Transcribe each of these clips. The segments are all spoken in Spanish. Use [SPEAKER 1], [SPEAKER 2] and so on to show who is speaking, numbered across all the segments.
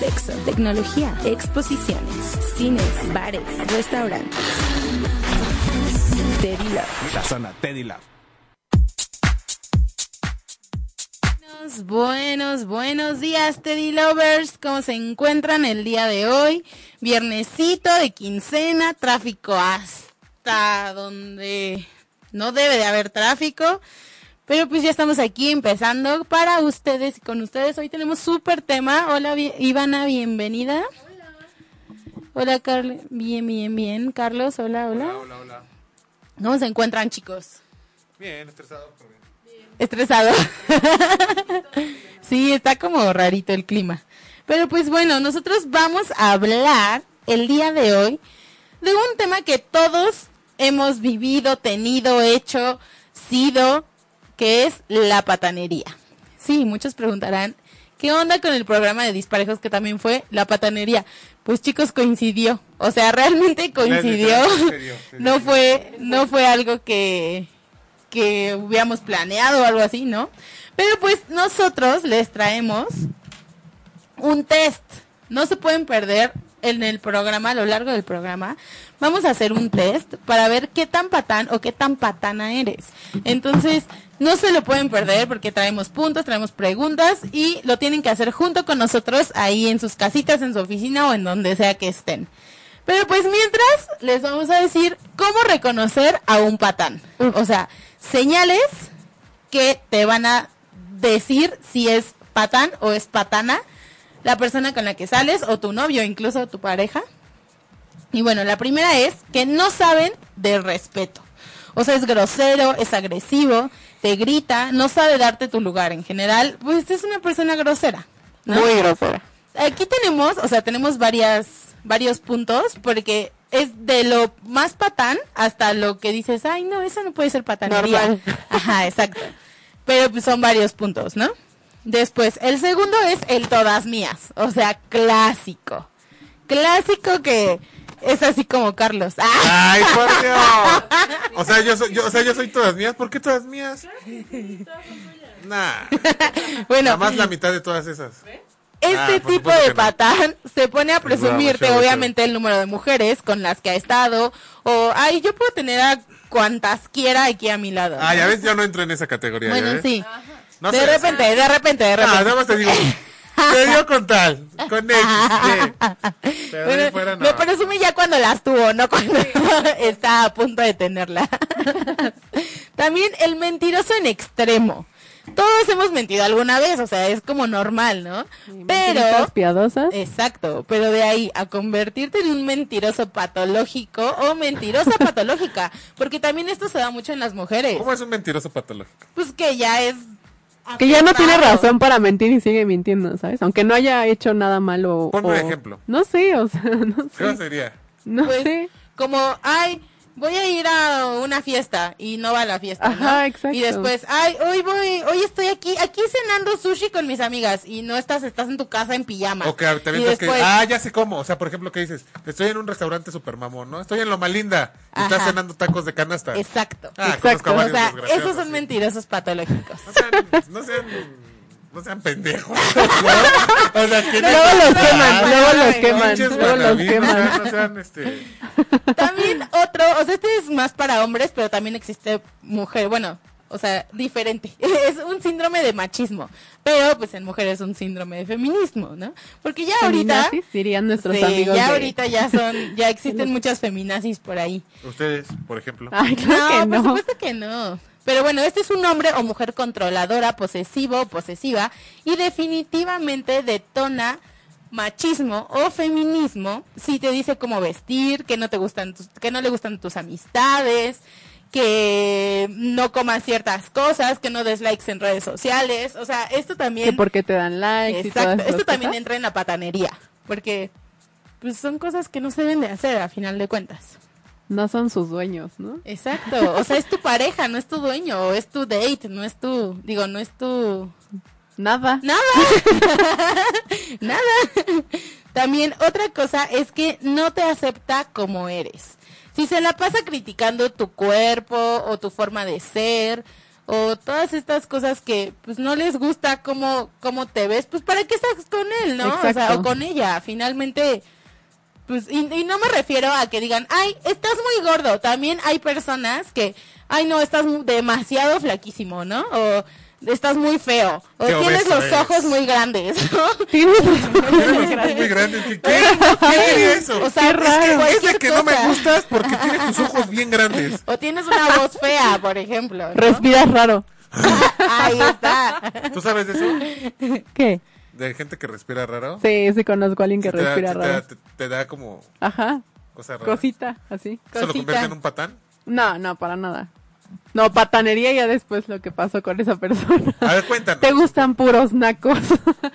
[SPEAKER 1] Sexo, tecnología, exposiciones, cines, bares, restaurantes. Teddy Love.
[SPEAKER 2] La zona Teddy Love.
[SPEAKER 3] Buenos, buenos, buenos días, Teddy Lovers. ¿Cómo se encuentran el día de hoy? Viernesito de quincena, tráfico hasta donde no debe de haber tráfico. Pero pues ya estamos aquí empezando para ustedes y con ustedes. Hoy tenemos súper tema. Hola, bien- Ivana, bienvenida. Hola. Hola, Carl. Bien, bien, bien. Carlos, hola, hola.
[SPEAKER 4] Hola, hola.
[SPEAKER 3] ¿Cómo se encuentran, chicos?
[SPEAKER 4] Bien, estresado, pero bien.
[SPEAKER 3] Estresado. sí, está como rarito el clima. Pero pues bueno, nosotros vamos a hablar el día de hoy de un tema que todos hemos vivido, tenido, hecho, sido, que es la patanería. Sí, muchos preguntarán, ¿qué onda con el programa de disparejos que también fue la patanería? Pues chicos, coincidió. O sea, realmente coincidió.
[SPEAKER 4] coincidió, sí,
[SPEAKER 3] No
[SPEAKER 4] sí.
[SPEAKER 3] fue, no fue algo que, que hubiéramos planeado o algo así, ¿no? Pero pues nosotros les traemos un test. No se pueden perder en el programa, a lo largo del programa. Vamos a hacer un test para ver qué tan patán o qué tan patana eres. Entonces, no se lo pueden perder porque traemos puntos, traemos preguntas y lo tienen que hacer junto con nosotros ahí en sus casitas, en su oficina o en donde sea que estén. Pero pues mientras les vamos a decir cómo reconocer a un patán. O sea, señales que te van a decir si es patán o es patana la persona con la que sales o tu novio, incluso tu pareja. Y bueno, la primera es que no saben de respeto. O sea, es grosero, es agresivo, te grita, no sabe darte tu lugar en general. Pues es una persona grosera. ¿no?
[SPEAKER 5] Muy grosera.
[SPEAKER 3] Aquí tenemos, o sea, tenemos varias, varios puntos, porque es de lo más patán hasta lo que dices, ay, no, eso no puede ser patanería.
[SPEAKER 5] Normal.
[SPEAKER 3] Ajá, exacto. Pero pues, son varios puntos, ¿no? Después, el segundo es el todas mías, o sea, clásico. Clásico que es así como Carlos. ¡Ah!
[SPEAKER 4] ¡Ay, por Dios! O sea, yo soy, yo, o sea, yo soy todas mías. ¿Por qué todas mías? Nah,
[SPEAKER 3] Bueno,
[SPEAKER 4] Ah,
[SPEAKER 3] pues
[SPEAKER 4] nada más la mitad de todas esas. Ah,
[SPEAKER 3] Este
[SPEAKER 4] por
[SPEAKER 3] tipo
[SPEAKER 4] supuesto
[SPEAKER 3] de
[SPEAKER 4] que no.
[SPEAKER 3] patán se pone a presumirte,
[SPEAKER 4] show, show.
[SPEAKER 3] obviamente, el número de mujeres con las que ha estado. O, ay, yo puedo tener a cuantas quiera aquí a mi lado.
[SPEAKER 4] Ah, ya ves, yo no entro en esa categoría. ya
[SPEAKER 3] bueno,
[SPEAKER 4] ves.
[SPEAKER 3] sí.
[SPEAKER 4] eh. No
[SPEAKER 3] de
[SPEAKER 4] sé.
[SPEAKER 3] repente, de repente, de
[SPEAKER 4] Ah,
[SPEAKER 3] repente.
[SPEAKER 4] nada más te digo. Te dio con tal, con X. sí. Pero de ahí
[SPEAKER 3] Bueno,
[SPEAKER 4] fuera, no.
[SPEAKER 3] Me presume ya cuando las tuvo, no cuando está a punto de tenerla. También el mentiroso en extremo. Todos hemos mentido alguna vez, o sea, es como normal, ¿no? Pero
[SPEAKER 5] Mentiritas piadosas.
[SPEAKER 3] Exacto, pero de ahí a convertirte en un mentiroso patológico o mentirosa patológica, porque también esto se da mucho en las mujeres,
[SPEAKER 4] ¿Cómo es un mentiroso patológico?
[SPEAKER 3] pues que ya es
[SPEAKER 5] que ya no tiene
[SPEAKER 3] aferrado.
[SPEAKER 5] razón para mentir y sigue mintiendo, ¿sabes? Aunque no haya hecho nada malo. o-
[SPEAKER 4] Ponme un
[SPEAKER 5] o-
[SPEAKER 4] ejemplo.
[SPEAKER 5] No sé, o sea, no
[SPEAKER 4] ¿Qué
[SPEAKER 5] sé.
[SPEAKER 4] sería?
[SPEAKER 5] No
[SPEAKER 3] Pues,
[SPEAKER 5] sé.
[SPEAKER 3] como ay voy a ir a una fiesta y no va a la fiesta, ¿no?
[SPEAKER 5] Ajá, exacto.
[SPEAKER 3] Y después ay hoy voy hoy estoy aquí aquí cenando sushi con mis amigas y no estás estás en tu casa en pijama
[SPEAKER 4] O que te
[SPEAKER 3] y
[SPEAKER 4] avientas
[SPEAKER 3] después
[SPEAKER 4] que, ah, ya sé cómo. O sea, por ejemplo, que dices, estoy en un restaurante super mamón, ¿no? Estoy en Loma Linda y estás
[SPEAKER 3] Ajá.
[SPEAKER 4] cenando tacos de canasta.
[SPEAKER 3] exacto,
[SPEAKER 4] Ah,
[SPEAKER 3] exacto,
[SPEAKER 4] conozco a
[SPEAKER 3] o
[SPEAKER 4] varios
[SPEAKER 3] sea
[SPEAKER 4] desgraciados
[SPEAKER 3] esos son
[SPEAKER 4] así.
[SPEAKER 3] mentirosos patológicos.
[SPEAKER 4] No sean, no sean, no sean pendejos. ¿no? O sea, que
[SPEAKER 5] Luego los queman, luego los
[SPEAKER 3] no,
[SPEAKER 5] queman,
[SPEAKER 4] pinches
[SPEAKER 5] luego los
[SPEAKER 4] guanabí, no
[SPEAKER 5] queman.
[SPEAKER 4] sean, no sean, este,
[SPEAKER 3] También otro, o sea, este es más para hombres, pero también existe mujer, bueno, o sea, diferente. Es un síndrome de machismo, pero pues en mujeres es un síndrome de feminismo, ¿no? Porque ya ahorita,
[SPEAKER 5] Feminazis, dirían nuestros
[SPEAKER 3] sí,
[SPEAKER 5] amigos.
[SPEAKER 3] ya
[SPEAKER 5] de-
[SPEAKER 3] ahorita ya son, ya existen muchas feminazis por ahí.
[SPEAKER 4] ustedes, por ejemplo.
[SPEAKER 5] Ay,
[SPEAKER 3] No,
[SPEAKER 5] claro
[SPEAKER 3] por
[SPEAKER 5] que no. pues,
[SPEAKER 3] supuesto que no. Pero bueno, este es un hombre o mujer controladora, posesivo, o posesiva y definitivamente detona machismo o feminismo si te dice cómo vestir, que no te gustan tus- que no le gustan tus amistades, que no comas ciertas cosas, que no des likes en redes sociales, o sea, esto
[SPEAKER 5] Que
[SPEAKER 3] también
[SPEAKER 5] porque te dan likes y
[SPEAKER 3] Exacto,
[SPEAKER 5] todas esas
[SPEAKER 3] esto también
[SPEAKER 5] cosas.
[SPEAKER 3] entra en la patanería. Porque pues son cosas que no se deben de hacer a final de cuentas.
[SPEAKER 5] No son sus dueños, ¿no?
[SPEAKER 3] Exacto, o sea, es tu pareja, no es tu dueño, es tu date, no es tu, digo, no es tu
[SPEAKER 5] Nada.
[SPEAKER 3] Nada. Nada. También otra cosa es que no te acepta como eres. Si se la pasa criticando tu cuerpo o tu forma de ser o todas estas cosas que pues no les gusta cómo, cómo te ves, pues para qué estás con él, ¿no? O sea,
[SPEAKER 5] Exacto.
[SPEAKER 3] o con ella. Finalmente, pues, y, y no me refiero a que digan, ay, estás muy gordo. También hay personas que, ay, no, estás mu- demasiado flaquísimo, ¿no? O estás muy feo. O
[SPEAKER 4] Qué
[SPEAKER 3] tienes
[SPEAKER 4] obeso
[SPEAKER 3] los
[SPEAKER 4] eres.
[SPEAKER 3] ojos muy grandes, ¿no?
[SPEAKER 5] Tienes razón.
[SPEAKER 4] Tiene los ojos muy grandes. ¿Qué, qué, ¿Qué sería eso?
[SPEAKER 3] O sea,
[SPEAKER 5] Qué
[SPEAKER 3] es que
[SPEAKER 5] raro. Es de
[SPEAKER 4] es de
[SPEAKER 3] cualquier
[SPEAKER 4] que no me
[SPEAKER 3] cosa.
[SPEAKER 4] gustas porque tienes tus ojos bien grandes.
[SPEAKER 3] O tienes una voz fea, por ejemplo. ¿no?
[SPEAKER 5] Respiras raro.
[SPEAKER 3] Ahí está.
[SPEAKER 4] ¿Tú sabes de eso?
[SPEAKER 5] ¿Qué?
[SPEAKER 4] De gente que respira raro.
[SPEAKER 5] Sí, sí conozco a alguien que
[SPEAKER 4] Te da-
[SPEAKER 5] respira
[SPEAKER 4] te, da,
[SPEAKER 5] raro.
[SPEAKER 4] te, te da como
[SPEAKER 5] Ajá.
[SPEAKER 4] cosa rara.
[SPEAKER 5] Cosita, así.
[SPEAKER 4] ¿Eso lo convierte
[SPEAKER 3] Cosita.
[SPEAKER 4] en un patán?
[SPEAKER 5] No, no, para nada. No, patanería ya después lo que pasó con esa persona.
[SPEAKER 4] A ver, cuéntanos.
[SPEAKER 5] Te gustan puros nacos.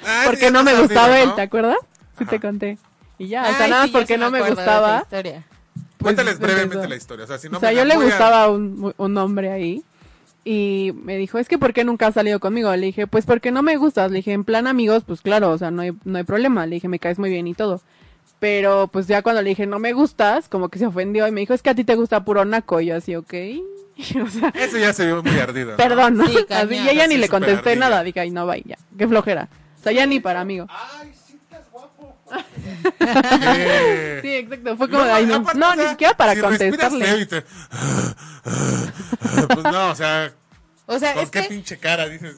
[SPEAKER 4] Ah, sí,
[SPEAKER 5] porque no
[SPEAKER 4] eso
[SPEAKER 5] me
[SPEAKER 4] es
[SPEAKER 5] gustaba
[SPEAKER 4] horrible,
[SPEAKER 5] él,
[SPEAKER 4] ¿no?
[SPEAKER 5] ¿te acuerdas? Sí
[SPEAKER 4] Ajá.
[SPEAKER 5] te conté. Y ya,
[SPEAKER 3] Ay,
[SPEAKER 5] o sea, nada más
[SPEAKER 3] sí, yo
[SPEAKER 5] porque
[SPEAKER 3] sí
[SPEAKER 5] no me
[SPEAKER 3] acuerdo de esa
[SPEAKER 5] gustaba.
[SPEAKER 3] historia.
[SPEAKER 5] pues,
[SPEAKER 4] Cuéntales brevemente
[SPEAKER 5] empezó.
[SPEAKER 4] la historia. O sea, si no
[SPEAKER 5] o sea,
[SPEAKER 4] me
[SPEAKER 5] yo
[SPEAKER 4] la
[SPEAKER 5] le
[SPEAKER 4] voy a-
[SPEAKER 5] gustaba un, un hombre ahí y me dijo, es que ¿por qué nunca has salido conmigo? Le dije, pues porque no me gustas. Le dije, en plan amigos, pues claro, o sea, no hay, no hay problema. Le dije, me caes muy bien y todo. Pero pues ya cuando le dije, no me gustas, como que se ofendió y me dijo, es que a ti te gusta puro naco. Y yo así, ok. o sea,
[SPEAKER 4] Eso ya se vio muy ardido. ¿no?
[SPEAKER 5] perdón, ¿no?
[SPEAKER 3] Sí, cañón.
[SPEAKER 5] Así, y ella ni
[SPEAKER 4] Sí,
[SPEAKER 5] le
[SPEAKER 4] súper
[SPEAKER 5] contesté
[SPEAKER 4] ardilla. Ah,
[SPEAKER 5] nada. Dije, ay, no, vaya, qué flojera. O sea, ya ni para amigo.
[SPEAKER 4] Eh.
[SPEAKER 5] Sí, exacto. Fue como, de, ay, no,
[SPEAKER 4] aparte,
[SPEAKER 5] no,
[SPEAKER 4] o sea,
[SPEAKER 5] ni siquiera para
[SPEAKER 4] si respiras feo
[SPEAKER 5] contestarle.
[SPEAKER 4] y te- pues no, o sea,
[SPEAKER 3] O sea,
[SPEAKER 4] con
[SPEAKER 3] es
[SPEAKER 4] qué
[SPEAKER 3] que
[SPEAKER 4] pinche cara dices.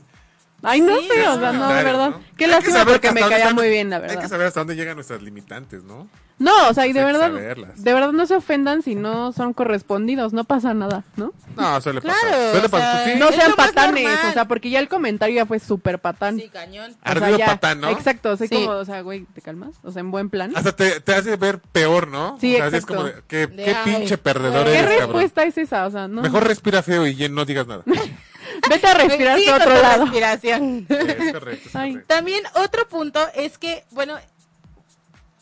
[SPEAKER 5] Ay, no
[SPEAKER 3] Sí,
[SPEAKER 5] sé,
[SPEAKER 3] es
[SPEAKER 5] o
[SPEAKER 3] un
[SPEAKER 5] sea, no, de
[SPEAKER 4] Claro,
[SPEAKER 5] verdad.
[SPEAKER 4] ¿no?
[SPEAKER 5] Qué
[SPEAKER 4] Hay que
[SPEAKER 5] lástima
[SPEAKER 4] saber
[SPEAKER 5] porque me
[SPEAKER 4] hasta dónde
[SPEAKER 5] caía
[SPEAKER 4] están-
[SPEAKER 5] muy bien, la
[SPEAKER 4] Hay que
[SPEAKER 5] verdad.
[SPEAKER 4] saber hasta dónde llegan nuestras limitantes, ¿no?
[SPEAKER 5] No, o sea, y de
[SPEAKER 4] Pues Hay que
[SPEAKER 5] verdad,
[SPEAKER 4] saberlas.
[SPEAKER 5] de verdad no se ofendan si no son correspondidos, no pasa nada, ¿no?
[SPEAKER 4] No, suele pasar.
[SPEAKER 3] Claro,
[SPEAKER 4] suele
[SPEAKER 3] o
[SPEAKER 4] pasar. Pues
[SPEAKER 3] sea,
[SPEAKER 4] sí,
[SPEAKER 5] No
[SPEAKER 3] es
[SPEAKER 5] sean
[SPEAKER 3] lo más
[SPEAKER 5] patanes,
[SPEAKER 3] normal.
[SPEAKER 5] o sea, porque ya el comentario ya fue súper patán.
[SPEAKER 3] sí, cañón.
[SPEAKER 5] O sea,
[SPEAKER 4] Ardido
[SPEAKER 5] ya-
[SPEAKER 4] Ah, patán, ¿no?
[SPEAKER 5] Exacto, soy
[SPEAKER 3] Sí.
[SPEAKER 5] como, o sea, güey, ¿te calmas? O sea, en buen plan.
[SPEAKER 4] Hasta te, te hace ver peor, ¿no?
[SPEAKER 5] Sí,
[SPEAKER 4] o sea, sí es
[SPEAKER 5] exacto.
[SPEAKER 4] como de, qué,
[SPEAKER 3] De,
[SPEAKER 4] qué
[SPEAKER 3] ay,
[SPEAKER 4] pinche perdedor
[SPEAKER 3] güey.
[SPEAKER 5] ¿Qué
[SPEAKER 4] eres, cabrón.
[SPEAKER 5] respuesta es esa? O sea, no.
[SPEAKER 4] Mejor respira feo y ya no digas nada. Sí,
[SPEAKER 5] vete a respirar
[SPEAKER 3] Sí,
[SPEAKER 5] por
[SPEAKER 3] con
[SPEAKER 5] otro
[SPEAKER 3] tu
[SPEAKER 5] lado.
[SPEAKER 3] Respiración.
[SPEAKER 4] es correcto, es
[SPEAKER 5] Ay.
[SPEAKER 4] correcto.
[SPEAKER 3] También otro punto es que, bueno,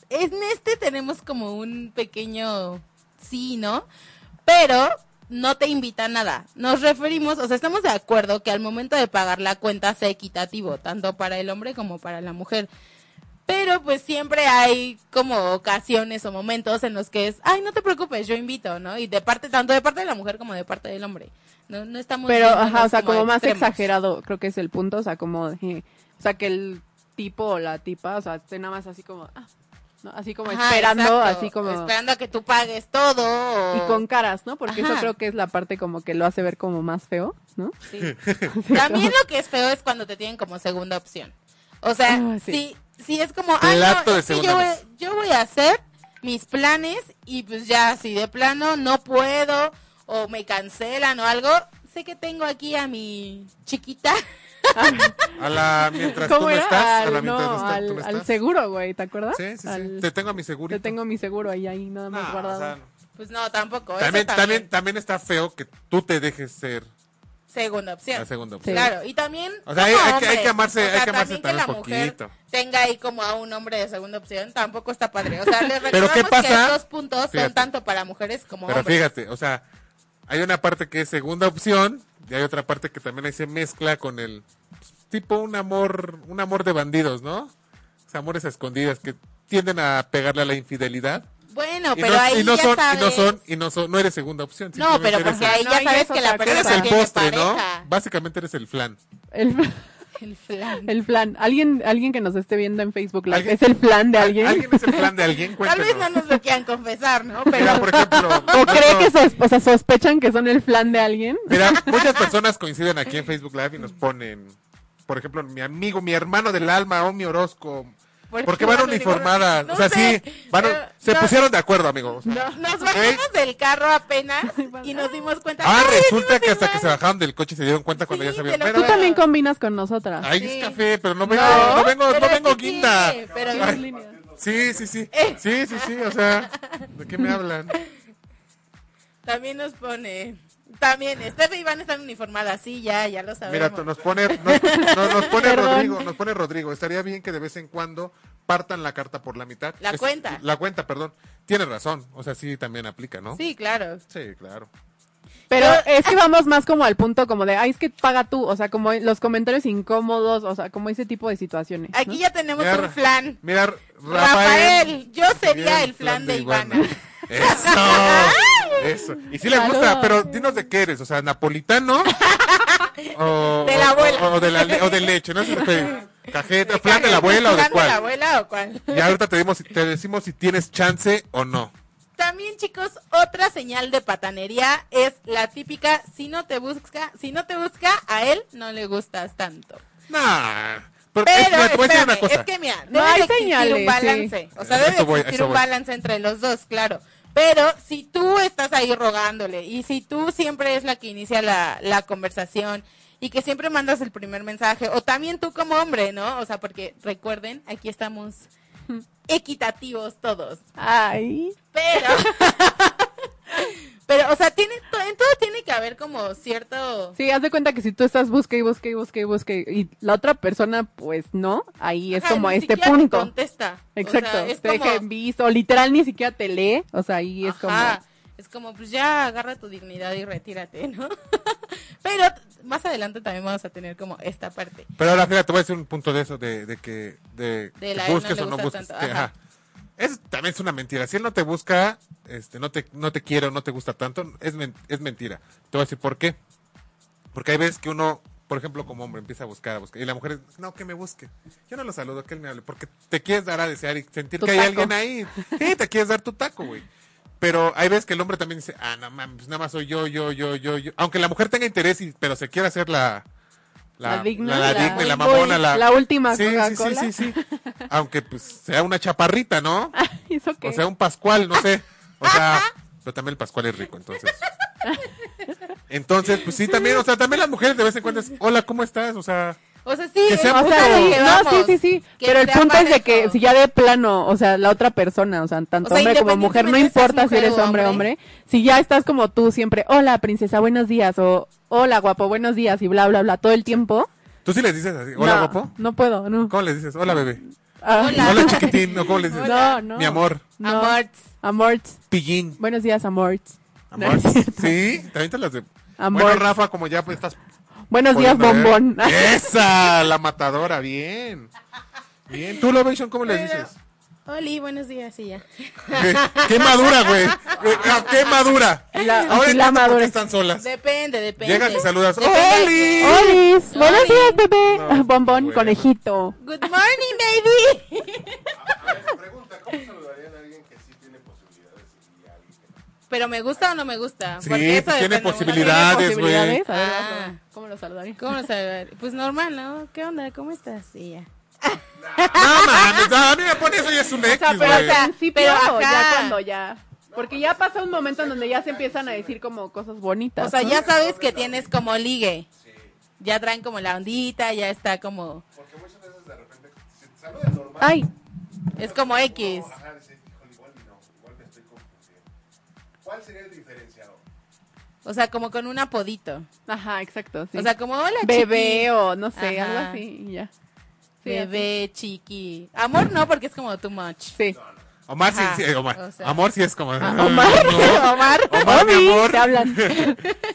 [SPEAKER 3] en este tenemos como un pequeño sí, ¿no? Pero no te invita a nada. Nos referimos, o sea, estamos de acuerdo que al momento de pagar la cuenta sea equitativo, tanto para el hombre como para la mujer. Pero pues siempre hay como ocasiones o momentos en los que es, ay, no te preocupes, yo invito, ¿no? Y de parte, tanto de parte de la mujer como de parte del hombre. No, no estamos...
[SPEAKER 5] Pero,
[SPEAKER 3] yéndonos
[SPEAKER 5] ajá, o sea, como, más
[SPEAKER 3] extremos.
[SPEAKER 5] exagerado, creo que es el punto, o sea, como, eh, o sea, que el tipo o la tipa, o sea, esté nada más así como, ah, ¿no? así como
[SPEAKER 3] Ajá,
[SPEAKER 5] esperando,
[SPEAKER 3] exacto,
[SPEAKER 5] así como...
[SPEAKER 3] Esperando a que tú pagues todo. o-
[SPEAKER 5] Y con caras, ¿no? Porque
[SPEAKER 3] Ajá.
[SPEAKER 5] eso creo que es la parte como que lo hace ver como más feo, ¿no?
[SPEAKER 3] Sí. También lo que es feo es cuando te tienen como segunda opción. O sea,
[SPEAKER 5] Ah, sí.
[SPEAKER 3] si, si es como, ay, no,
[SPEAKER 4] Plato de
[SPEAKER 3] es que
[SPEAKER 4] segunda
[SPEAKER 3] yo, voy,
[SPEAKER 4] vez.
[SPEAKER 3] yo voy a hacer mis planes y pues ya, si de plano no puedo o me cancelan o algo, sé que tengo aquí a mi chiquita.
[SPEAKER 4] A la mientras tú
[SPEAKER 5] ¿Cómo
[SPEAKER 4] no
[SPEAKER 5] era?
[SPEAKER 4] estás, a la
[SPEAKER 5] al, no,
[SPEAKER 4] mientras no estás,
[SPEAKER 5] al,
[SPEAKER 4] tú no
[SPEAKER 5] al
[SPEAKER 4] estás.
[SPEAKER 5] seguro, güey, ¿te acuerdas?
[SPEAKER 4] Sí, sí, sí.
[SPEAKER 5] Al-
[SPEAKER 4] Te tengo a mi seguro.
[SPEAKER 5] Yo tengo mi seguro ahí, ahí, nada más guardado.
[SPEAKER 3] Pues no, tampoco. eso
[SPEAKER 4] también, también, también está feo que tú te dejes ser
[SPEAKER 3] Segunda opción.
[SPEAKER 4] la
[SPEAKER 5] Sí.
[SPEAKER 4] segunda opción.
[SPEAKER 3] Claro, y también.
[SPEAKER 4] O sea, hay-
[SPEAKER 3] como
[SPEAKER 4] hay que- hay
[SPEAKER 3] hombre,
[SPEAKER 4] que amarse- hay que amarse
[SPEAKER 3] también
[SPEAKER 4] también poquito.
[SPEAKER 3] mujer tenga ahí como a un hombre de segunda opción tampoco está padre. O sea, les
[SPEAKER 4] Pero
[SPEAKER 3] recordamos
[SPEAKER 4] ¿qué
[SPEAKER 3] que
[SPEAKER 4] pasa?
[SPEAKER 3] estos puntos
[SPEAKER 4] Fíjate.
[SPEAKER 3] son tanto para mujeres como
[SPEAKER 4] Pero
[SPEAKER 3] hombres.
[SPEAKER 4] fíjate, o sea, hay una parte que es segunda opción y hay otra parte que también ahí se mezcla con el pues, tipo un amor, un amor de bandidos, ¿no? O sea, amores a escondidas que tienden a pegarle a la infidelidad.
[SPEAKER 3] Bueno,
[SPEAKER 4] y
[SPEAKER 3] pero
[SPEAKER 4] no,
[SPEAKER 3] ahí
[SPEAKER 4] y no
[SPEAKER 3] ya
[SPEAKER 4] son,
[SPEAKER 3] sabes.
[SPEAKER 4] y no son, y no son, no eres segunda opción.
[SPEAKER 3] No,
[SPEAKER 4] simplemente
[SPEAKER 3] pero
[SPEAKER 4] eres
[SPEAKER 3] porque
[SPEAKER 4] el-
[SPEAKER 3] ahí
[SPEAKER 5] No,
[SPEAKER 3] ya
[SPEAKER 5] ahí
[SPEAKER 3] sabes
[SPEAKER 5] es
[SPEAKER 3] que
[SPEAKER 5] otra
[SPEAKER 3] la persona
[SPEAKER 4] Eres el
[SPEAKER 3] tiene
[SPEAKER 4] postre, ¿no?
[SPEAKER 3] pareja.
[SPEAKER 4] Básicamente eres el flan.
[SPEAKER 5] El,
[SPEAKER 3] El flan.
[SPEAKER 5] el plan, alguien alguien que nos esté viendo en Facebook Live,
[SPEAKER 4] ¿Alguien?
[SPEAKER 5] ¿es el plan de alguien?
[SPEAKER 4] ¿Alguien es el flan de alguien?
[SPEAKER 3] Tal
[SPEAKER 4] Cuéntenos.
[SPEAKER 3] vez no nos lo quieran confesar, ¿no? Pero
[SPEAKER 4] Mira, por ejemplo.
[SPEAKER 5] ¿O cree
[SPEAKER 4] nuestro-
[SPEAKER 5] que sos- o sea, sospechan que son el plan de alguien?
[SPEAKER 4] Mira, muchas personas coinciden aquí en Facebook Live y nos ponen, por ejemplo, mi amigo, mi hermano del alma, oh, Omi Orozco.
[SPEAKER 3] ¿Por qué
[SPEAKER 4] Porque van
[SPEAKER 3] van
[SPEAKER 4] uniformadas.
[SPEAKER 3] uniformadas? No
[SPEAKER 4] o sea,
[SPEAKER 3] sé,
[SPEAKER 4] sí, van-
[SPEAKER 3] pero
[SPEAKER 4] se
[SPEAKER 3] no-
[SPEAKER 4] pusieron de acuerdo, amigos.
[SPEAKER 3] nos bajamos del carro apenas y nos dimos cuenta.
[SPEAKER 4] Ah,
[SPEAKER 3] ¡Ay,
[SPEAKER 4] resulta
[SPEAKER 3] venimos
[SPEAKER 4] que hasta que
[SPEAKER 3] igual!
[SPEAKER 4] se bajaron del coche se dieron cuenta cuando
[SPEAKER 3] Sí,
[SPEAKER 4] ya sabían.
[SPEAKER 3] te lo
[SPEAKER 4] Pero,
[SPEAKER 5] Tú
[SPEAKER 3] Claro.
[SPEAKER 5] también combinas con nosotras.
[SPEAKER 4] ahí
[SPEAKER 3] Sí.
[SPEAKER 4] es café, pero no vengo, no,
[SPEAKER 3] No,
[SPEAKER 4] vengo, no
[SPEAKER 3] pero
[SPEAKER 4] vengo
[SPEAKER 3] sí Eh.
[SPEAKER 4] guinda.
[SPEAKER 3] tiene, pero-
[SPEAKER 4] Ay,
[SPEAKER 5] Dos líneas.
[SPEAKER 4] sí, sí, sí. Sí, sí, sí, o sea, ¿de qué me hablan?
[SPEAKER 3] También nos pone. También, Estefe y Iván están uniformadas, sí, ya, ya lo sabemos.
[SPEAKER 4] Mira, nos pone, nos, nos- nos pone
[SPEAKER 5] Perdón.
[SPEAKER 4] Rodrigo, nos pone Rodrigo. Estaría bien que de vez en cuando partan la carta por la mitad.
[SPEAKER 3] La cuenta.
[SPEAKER 4] La cuenta, perdón. Tienes razón. O sea, sí también aplica, ¿no?
[SPEAKER 3] Sí, claro.
[SPEAKER 4] Sí, claro.
[SPEAKER 5] Pero
[SPEAKER 3] Pero-
[SPEAKER 5] es que vamos más como al punto como de, ay, es que paga tú, o sea, como los comentarios incómodos, o sea, como ese tipo de situaciones. ¿no?
[SPEAKER 3] Aquí ya tenemos
[SPEAKER 4] Mira,
[SPEAKER 3] un flan.
[SPEAKER 4] Mira, Rafael.
[SPEAKER 3] Rafael, yo sería el flan de Ivana.
[SPEAKER 4] Eso. Eso. Y sí le
[SPEAKER 5] Saludos.
[SPEAKER 4] gusta, pero dinos de qué eres. O sea, napolitano. o,
[SPEAKER 3] De la
[SPEAKER 4] o-
[SPEAKER 3] abuela.
[SPEAKER 4] O, de, la le- o de leche, ¿no? Eso es que- Cajeta, flan de la abuela o de
[SPEAKER 3] ¿Flan de la
[SPEAKER 4] cuál.
[SPEAKER 3] abuela o cuál?
[SPEAKER 4] Y ahorita te, dimos- te decimos si tienes chance o no.
[SPEAKER 3] También, chicos, otra señal de patanería es la típica si no te busca, si no te busca, a él no le gustas tanto.
[SPEAKER 4] Nah. Pero, es,
[SPEAKER 3] Pero
[SPEAKER 4] mira, te voy a decir una
[SPEAKER 3] espérame,
[SPEAKER 4] cosa.
[SPEAKER 3] es que mira,
[SPEAKER 5] No
[SPEAKER 3] debe
[SPEAKER 5] hay
[SPEAKER 3] de existir
[SPEAKER 5] señales,
[SPEAKER 3] un balance, o sea,
[SPEAKER 4] Eso
[SPEAKER 3] debe de
[SPEAKER 4] voy,
[SPEAKER 3] existir
[SPEAKER 4] eso
[SPEAKER 3] un
[SPEAKER 4] voy.
[SPEAKER 3] balance entre los dos, claro. Pero si tú estás ahí rogándole y si tú siempre es la que inicia la, la conversación y que siempre mandas el primer mensaje, o también tú como hombre, ¿no? O sea, porque recuerden, aquí estamos equitativos todos.
[SPEAKER 5] Ay.
[SPEAKER 3] Pero, pero, o sea, tiene, to- en todo tiene que haber como cierto,
[SPEAKER 5] Sí, haz de cuenta que si tú estás busque y busque y busque y busque y la otra persona, pues no, ahí es
[SPEAKER 3] Ajá,
[SPEAKER 5] como
[SPEAKER 3] ni
[SPEAKER 5] este
[SPEAKER 3] siquiera te
[SPEAKER 5] punto.
[SPEAKER 3] contesta. O
[SPEAKER 5] Exacto,
[SPEAKER 3] sea, es
[SPEAKER 5] te deja
[SPEAKER 3] como-
[SPEAKER 5] en visto, literal ni siquiera te lee, o sea, ahí es
[SPEAKER 3] Ajá,
[SPEAKER 5] como...
[SPEAKER 3] Es como, pues ya agarra tu dignidad y retírate, ¿no? Pero más adelante también vamos a tener como esta parte.
[SPEAKER 4] Pero ahora fíjate, te voy a decir un punto de eso, de, de que, de,
[SPEAKER 3] De
[SPEAKER 4] que
[SPEAKER 3] la-
[SPEAKER 4] busques
[SPEAKER 3] no le
[SPEAKER 4] o no
[SPEAKER 3] gusta
[SPEAKER 4] busques.
[SPEAKER 3] tanto,
[SPEAKER 4] que-
[SPEAKER 3] ajá.
[SPEAKER 4] ajá. Eso también es una mentira. Si él no te busca, este, no te, no te quiere o no te gusta tanto, es, men- es mentira. Te voy a decir por qué. Porque hay veces que uno, por ejemplo, como hombre, empieza a buscar, a buscar. Y la mujer, es, no, que me busque. Yo no lo saludo, que él me hable. Porque te quieres dar a desear y sentir
[SPEAKER 5] Tu
[SPEAKER 4] que hay
[SPEAKER 5] taco.
[SPEAKER 4] alguien ahí. Sí, te quieres dar tu taco, güey. Pero hay veces que el hombre también dice, ah, no mames, pues nada más soy yo, yo, yo, yo, yo. Aunque la mujer tenga interés, y, pero se quiere hacer la...
[SPEAKER 5] La digna, la-
[SPEAKER 4] la, digna y la
[SPEAKER 5] Uy,
[SPEAKER 4] mamona, la,
[SPEAKER 5] la última
[SPEAKER 4] sí, sí, sí,
[SPEAKER 5] Coca-Cola. Ah,
[SPEAKER 4] sí, sí. Aunque pues sea una chaparrita, ¿no?
[SPEAKER 5] ¿Eso qué?
[SPEAKER 4] O sea, un Pascual, no sé. O sea, pero también el Pascual es rico, entonces. Entonces, pues sí, también, o sea, también las mujeres de vez en cuando es, hola, ¿cómo estás? O sea,
[SPEAKER 3] O sea, sí,
[SPEAKER 4] Que sea
[SPEAKER 3] es-
[SPEAKER 4] parejo.
[SPEAKER 5] O sea,
[SPEAKER 4] Claro,
[SPEAKER 5] sí,
[SPEAKER 3] que
[SPEAKER 5] no,
[SPEAKER 3] vamos,
[SPEAKER 5] sí, sí, sí.
[SPEAKER 3] que
[SPEAKER 5] Pero el
[SPEAKER 3] sea
[SPEAKER 5] punto es de que
[SPEAKER 3] parejo.
[SPEAKER 5] si ya de plano, o sea, la otra persona, o sea, tanto
[SPEAKER 3] O sea,
[SPEAKER 5] hombre como mujer, no
[SPEAKER 3] independientemente
[SPEAKER 5] importa
[SPEAKER 3] si
[SPEAKER 5] si
[SPEAKER 3] es mujer
[SPEAKER 5] eres
[SPEAKER 3] o
[SPEAKER 5] hombre o
[SPEAKER 3] hombre.
[SPEAKER 5] hombre, si ya estás como tú siempre, hola princesa, buenos días, o hola guapo, buenos días, y bla, bla, bla, todo el tiempo.
[SPEAKER 4] tú sí les dices así, hola,
[SPEAKER 5] no,
[SPEAKER 4] guapo.
[SPEAKER 5] No puedo, no.
[SPEAKER 4] ¿Cómo les dices? Hola, bebé.
[SPEAKER 5] Ah,
[SPEAKER 3] Hola.
[SPEAKER 4] Hola, chiquitín. ¿O cómo les dices?
[SPEAKER 5] No, no.
[SPEAKER 4] Mi amor.
[SPEAKER 5] no.
[SPEAKER 3] Amorts.
[SPEAKER 5] Amorts.
[SPEAKER 4] Pillín.
[SPEAKER 5] Buenos días, Amorts. No
[SPEAKER 4] Amor.
[SPEAKER 5] es cierto.
[SPEAKER 4] Sí, también te las de...
[SPEAKER 5] Amor.
[SPEAKER 4] Bueno, Rafa, como ya pues, estás
[SPEAKER 5] Buenos días,
[SPEAKER 4] Poniendo, ¿eh?
[SPEAKER 5] bombón.
[SPEAKER 4] Esa, la matadora, bien. Bien. ¿Tú, Lovation, cómo le dices?
[SPEAKER 3] Oli, buenos días y ya.
[SPEAKER 4] ¿Qué, qué madura, güey. Eh, ah, ¿Qué madura?
[SPEAKER 5] La- sí, la
[SPEAKER 4] Ahora entiendo por qué
[SPEAKER 5] madura.
[SPEAKER 4] están solas.
[SPEAKER 3] Depende, depende.
[SPEAKER 4] Llegas y saludas.
[SPEAKER 3] Depende.
[SPEAKER 4] ¡Oli!
[SPEAKER 5] Oh. Olis, buenos
[SPEAKER 3] Olis.
[SPEAKER 5] días, bebé.
[SPEAKER 4] No,
[SPEAKER 5] Ah, bombón,
[SPEAKER 4] bueno.
[SPEAKER 5] conejito.
[SPEAKER 3] Good morning, baby.
[SPEAKER 6] Pregunta, ¿cómo saludarían a alguien que sí tiene posibilidades y alguien que no? pues,
[SPEAKER 3] Pero me gusta o no me gusta.
[SPEAKER 4] Sí,
[SPEAKER 3] porque eso
[SPEAKER 4] tiene
[SPEAKER 3] depende mucho.
[SPEAKER 4] posibilidades. güey.
[SPEAKER 5] Posibilidades, a ver,
[SPEAKER 3] Ah.
[SPEAKER 5] hazlo. ¿Cómo lo saludaré?
[SPEAKER 3] ¿Cómo lo sabe? Pues normal, ¿no? ¿Qué onda? ¿Cómo estás? Y ya.
[SPEAKER 4] No mames, no, a mí me pone eso y es un X,
[SPEAKER 5] O sea,
[SPEAKER 4] güey.
[SPEAKER 5] pero, o sea,
[SPEAKER 3] Al principio,
[SPEAKER 5] pero
[SPEAKER 3] o
[SPEAKER 5] ya
[SPEAKER 3] ya
[SPEAKER 5] cuando
[SPEAKER 3] cuando
[SPEAKER 5] ya. Porque ya pasa un momento en donde ya se empiezan a decir como cosas bonitas.
[SPEAKER 3] O sea, ya sabes que tienes como ligue. Ya traen como la ondita, ya está como...
[SPEAKER 6] Porque muchas veces de repente si te saludan normal,
[SPEAKER 5] Ay,
[SPEAKER 3] Es como X.
[SPEAKER 6] ajá, dices, híjole, igual y no, igual me estoy confundiendo. ¿Cuál sería el diferenciador?
[SPEAKER 3] O sea, como con un apodito.
[SPEAKER 5] ajá, exacto. sí.
[SPEAKER 3] O sea, como hola
[SPEAKER 5] bebé
[SPEAKER 3] chiqui.
[SPEAKER 5] o no sé,
[SPEAKER 3] Ajá.
[SPEAKER 5] algo así, y ya. Sí,
[SPEAKER 3] Bebé, chiqui. Amor no, porque es como too much.
[SPEAKER 5] así. Sí.
[SPEAKER 4] Omar sí,
[SPEAKER 3] Ajá,
[SPEAKER 4] sí, Omar.
[SPEAKER 3] o sea.
[SPEAKER 4] amor sí es como.
[SPEAKER 5] Omar,
[SPEAKER 4] No.
[SPEAKER 5] Omar,
[SPEAKER 4] Omar, mi
[SPEAKER 5] Obi,
[SPEAKER 4] amor.
[SPEAKER 5] te hablan.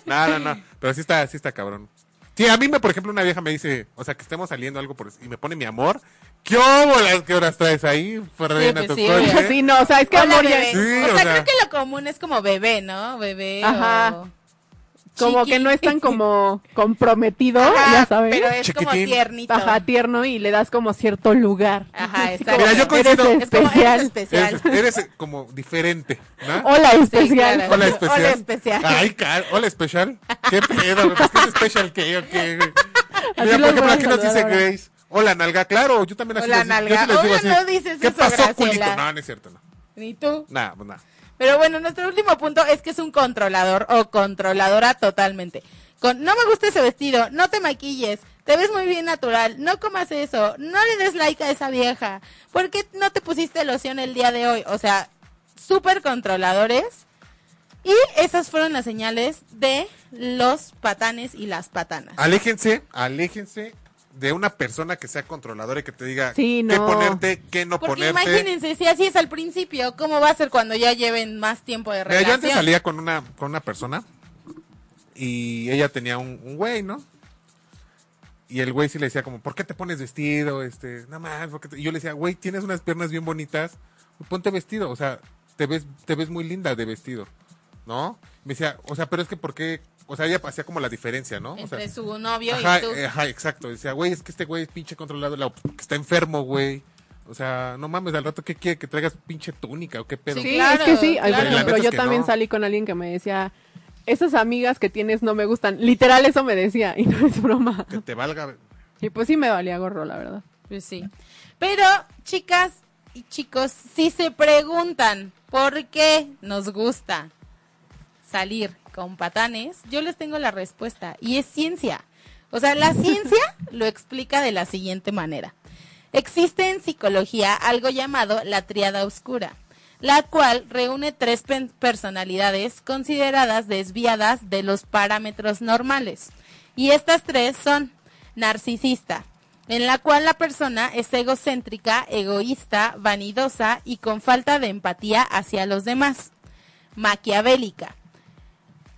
[SPEAKER 4] No, no, no. Pero sí está, sí está cabrón. Sí, a mí, me, por ejemplo, una vieja me dice, o sea, que estemos saliendo algo por y me pone mi amor. ¿Qué horas, qué horas traes ahí? Frena
[SPEAKER 3] pues
[SPEAKER 4] tu
[SPEAKER 3] sí,
[SPEAKER 4] coche.
[SPEAKER 3] güey.
[SPEAKER 5] Sí, no, o sea, es que
[SPEAKER 3] Hola,
[SPEAKER 5] amor ya
[SPEAKER 3] bebé.
[SPEAKER 5] es-
[SPEAKER 4] Sí,
[SPEAKER 3] o, sea,
[SPEAKER 4] o sea.
[SPEAKER 3] creo que lo común es como bebé, ¿no? Bebé
[SPEAKER 5] Ajá.
[SPEAKER 3] o
[SPEAKER 5] como
[SPEAKER 3] chiqui.
[SPEAKER 5] que no es tan como comprometido,
[SPEAKER 3] Ajá,
[SPEAKER 5] ya sabes.
[SPEAKER 3] Ah, Pero es como
[SPEAKER 4] Chiquitín.
[SPEAKER 3] tiernito.
[SPEAKER 5] Ajá, tierno y le das como cierto lugar.
[SPEAKER 3] Ajá,
[SPEAKER 5] Así
[SPEAKER 3] exacto.
[SPEAKER 4] Mira, yo
[SPEAKER 5] eres
[SPEAKER 4] coincido.
[SPEAKER 3] Es como eres
[SPEAKER 5] especial.
[SPEAKER 4] Eres,
[SPEAKER 3] especial.
[SPEAKER 4] eres, eh, como diferente, ¿no?
[SPEAKER 5] Hola,
[SPEAKER 3] Sí,
[SPEAKER 5] especial.
[SPEAKER 3] claro.
[SPEAKER 4] Hola especial.
[SPEAKER 3] Hola, especial.
[SPEAKER 4] Ay, car hola especial. ¿Qué pedo? güey? Pues, ¿Qué es especial qué o qué? güey?
[SPEAKER 5] Así
[SPEAKER 4] Mira, por
[SPEAKER 5] los
[SPEAKER 4] ejemplo,
[SPEAKER 5] van a
[SPEAKER 4] aquí nos
[SPEAKER 5] saludar
[SPEAKER 4] dice
[SPEAKER 5] ahora.
[SPEAKER 4] Grace. Hola, nalga. Claro, yo también así
[SPEAKER 3] Hola,
[SPEAKER 4] les digo- yo
[SPEAKER 3] nalga.
[SPEAKER 4] sí les digo
[SPEAKER 3] Hola,
[SPEAKER 4] así.
[SPEAKER 3] no dices
[SPEAKER 4] ¿Qué
[SPEAKER 3] eso,
[SPEAKER 4] pasó,
[SPEAKER 3] Graciela?
[SPEAKER 4] culito? No, no es cierto, no.
[SPEAKER 3] Ni tú.
[SPEAKER 4] Nada, pues nada.
[SPEAKER 3] Pero bueno, nuestro último punto es que es un controlador o controladora totalmente. Con no me gusta ese vestido, no te maquilles, te ves muy bien natural, no comas eso, no le des like a esa vieja, ¿por qué no te pusiste loción el día de hoy? O sea, súper controladores. Y esas fueron las
[SPEAKER 4] Ah,
[SPEAKER 3] señales de los patanes y las patanas.
[SPEAKER 4] Aléjense, aléjense de una persona que sea controladora y que te diga
[SPEAKER 5] Sí,
[SPEAKER 4] qué
[SPEAKER 5] no.
[SPEAKER 4] ponerte, qué no
[SPEAKER 3] Porque
[SPEAKER 4] ponerte.
[SPEAKER 3] imagínense, si así es al principio, ¿cómo va a ser cuando ya lleven más tiempo de
[SPEAKER 4] Mira, yo
[SPEAKER 3] relación?
[SPEAKER 4] antes salía con una, con una persona y ella tenía un, un güey, ¿no? Y el güey sí le decía como, ¿por qué te pones vestido? Este, nada más. ¿por qué te-?" Y yo le decía, güey, tienes unas piernas bien bonitas, ponte vestido, o sea, te ves, te ves muy linda de vestido, ¿no? Me decía, o sea, pero es que ¿por qué? O sea, ella hacía como la diferencia, ¿no? O sea,
[SPEAKER 3] Entre su novio
[SPEAKER 4] ajá,
[SPEAKER 3] y tú.
[SPEAKER 4] eh, ajá, exacto. Decía, güey, es que este güey es pinche controlado, la- que está enfermo, güey. O sea, no mames, al rato, ¿qué quiere? ¿Que traigas pinche túnica o qué pedo?
[SPEAKER 3] Sí,
[SPEAKER 5] Sí,
[SPEAKER 3] claro,
[SPEAKER 5] es que sí. Ay,
[SPEAKER 3] claro.
[SPEAKER 5] por
[SPEAKER 4] La
[SPEAKER 5] ejemplo,
[SPEAKER 4] neta es
[SPEAKER 5] yo
[SPEAKER 4] que
[SPEAKER 5] también
[SPEAKER 4] no.
[SPEAKER 5] salí con alguien que me decía, esas amigas que tienes no me gustan. Literal, eso me decía, y no es broma.
[SPEAKER 4] Que te valga.
[SPEAKER 5] Y pues sí me valía gorro, la verdad.
[SPEAKER 3] Pues sí. Pero, chicas y chicos, si se preguntan por qué nos gusta salir con patanes, yo les tengo la respuesta. Y es ciencia. O sea, la ciencia lo explica de la siguiente manera. Existe en psicología algo llamado la triada oscura, la cual reúne tres pen- personalidades consideradas desviadas de los parámetros normales. Y estas tres son narcisista, en la cual la persona es egocéntrica, egoísta, vanidosa y con falta de empatía hacia los demás. Maquiavélica.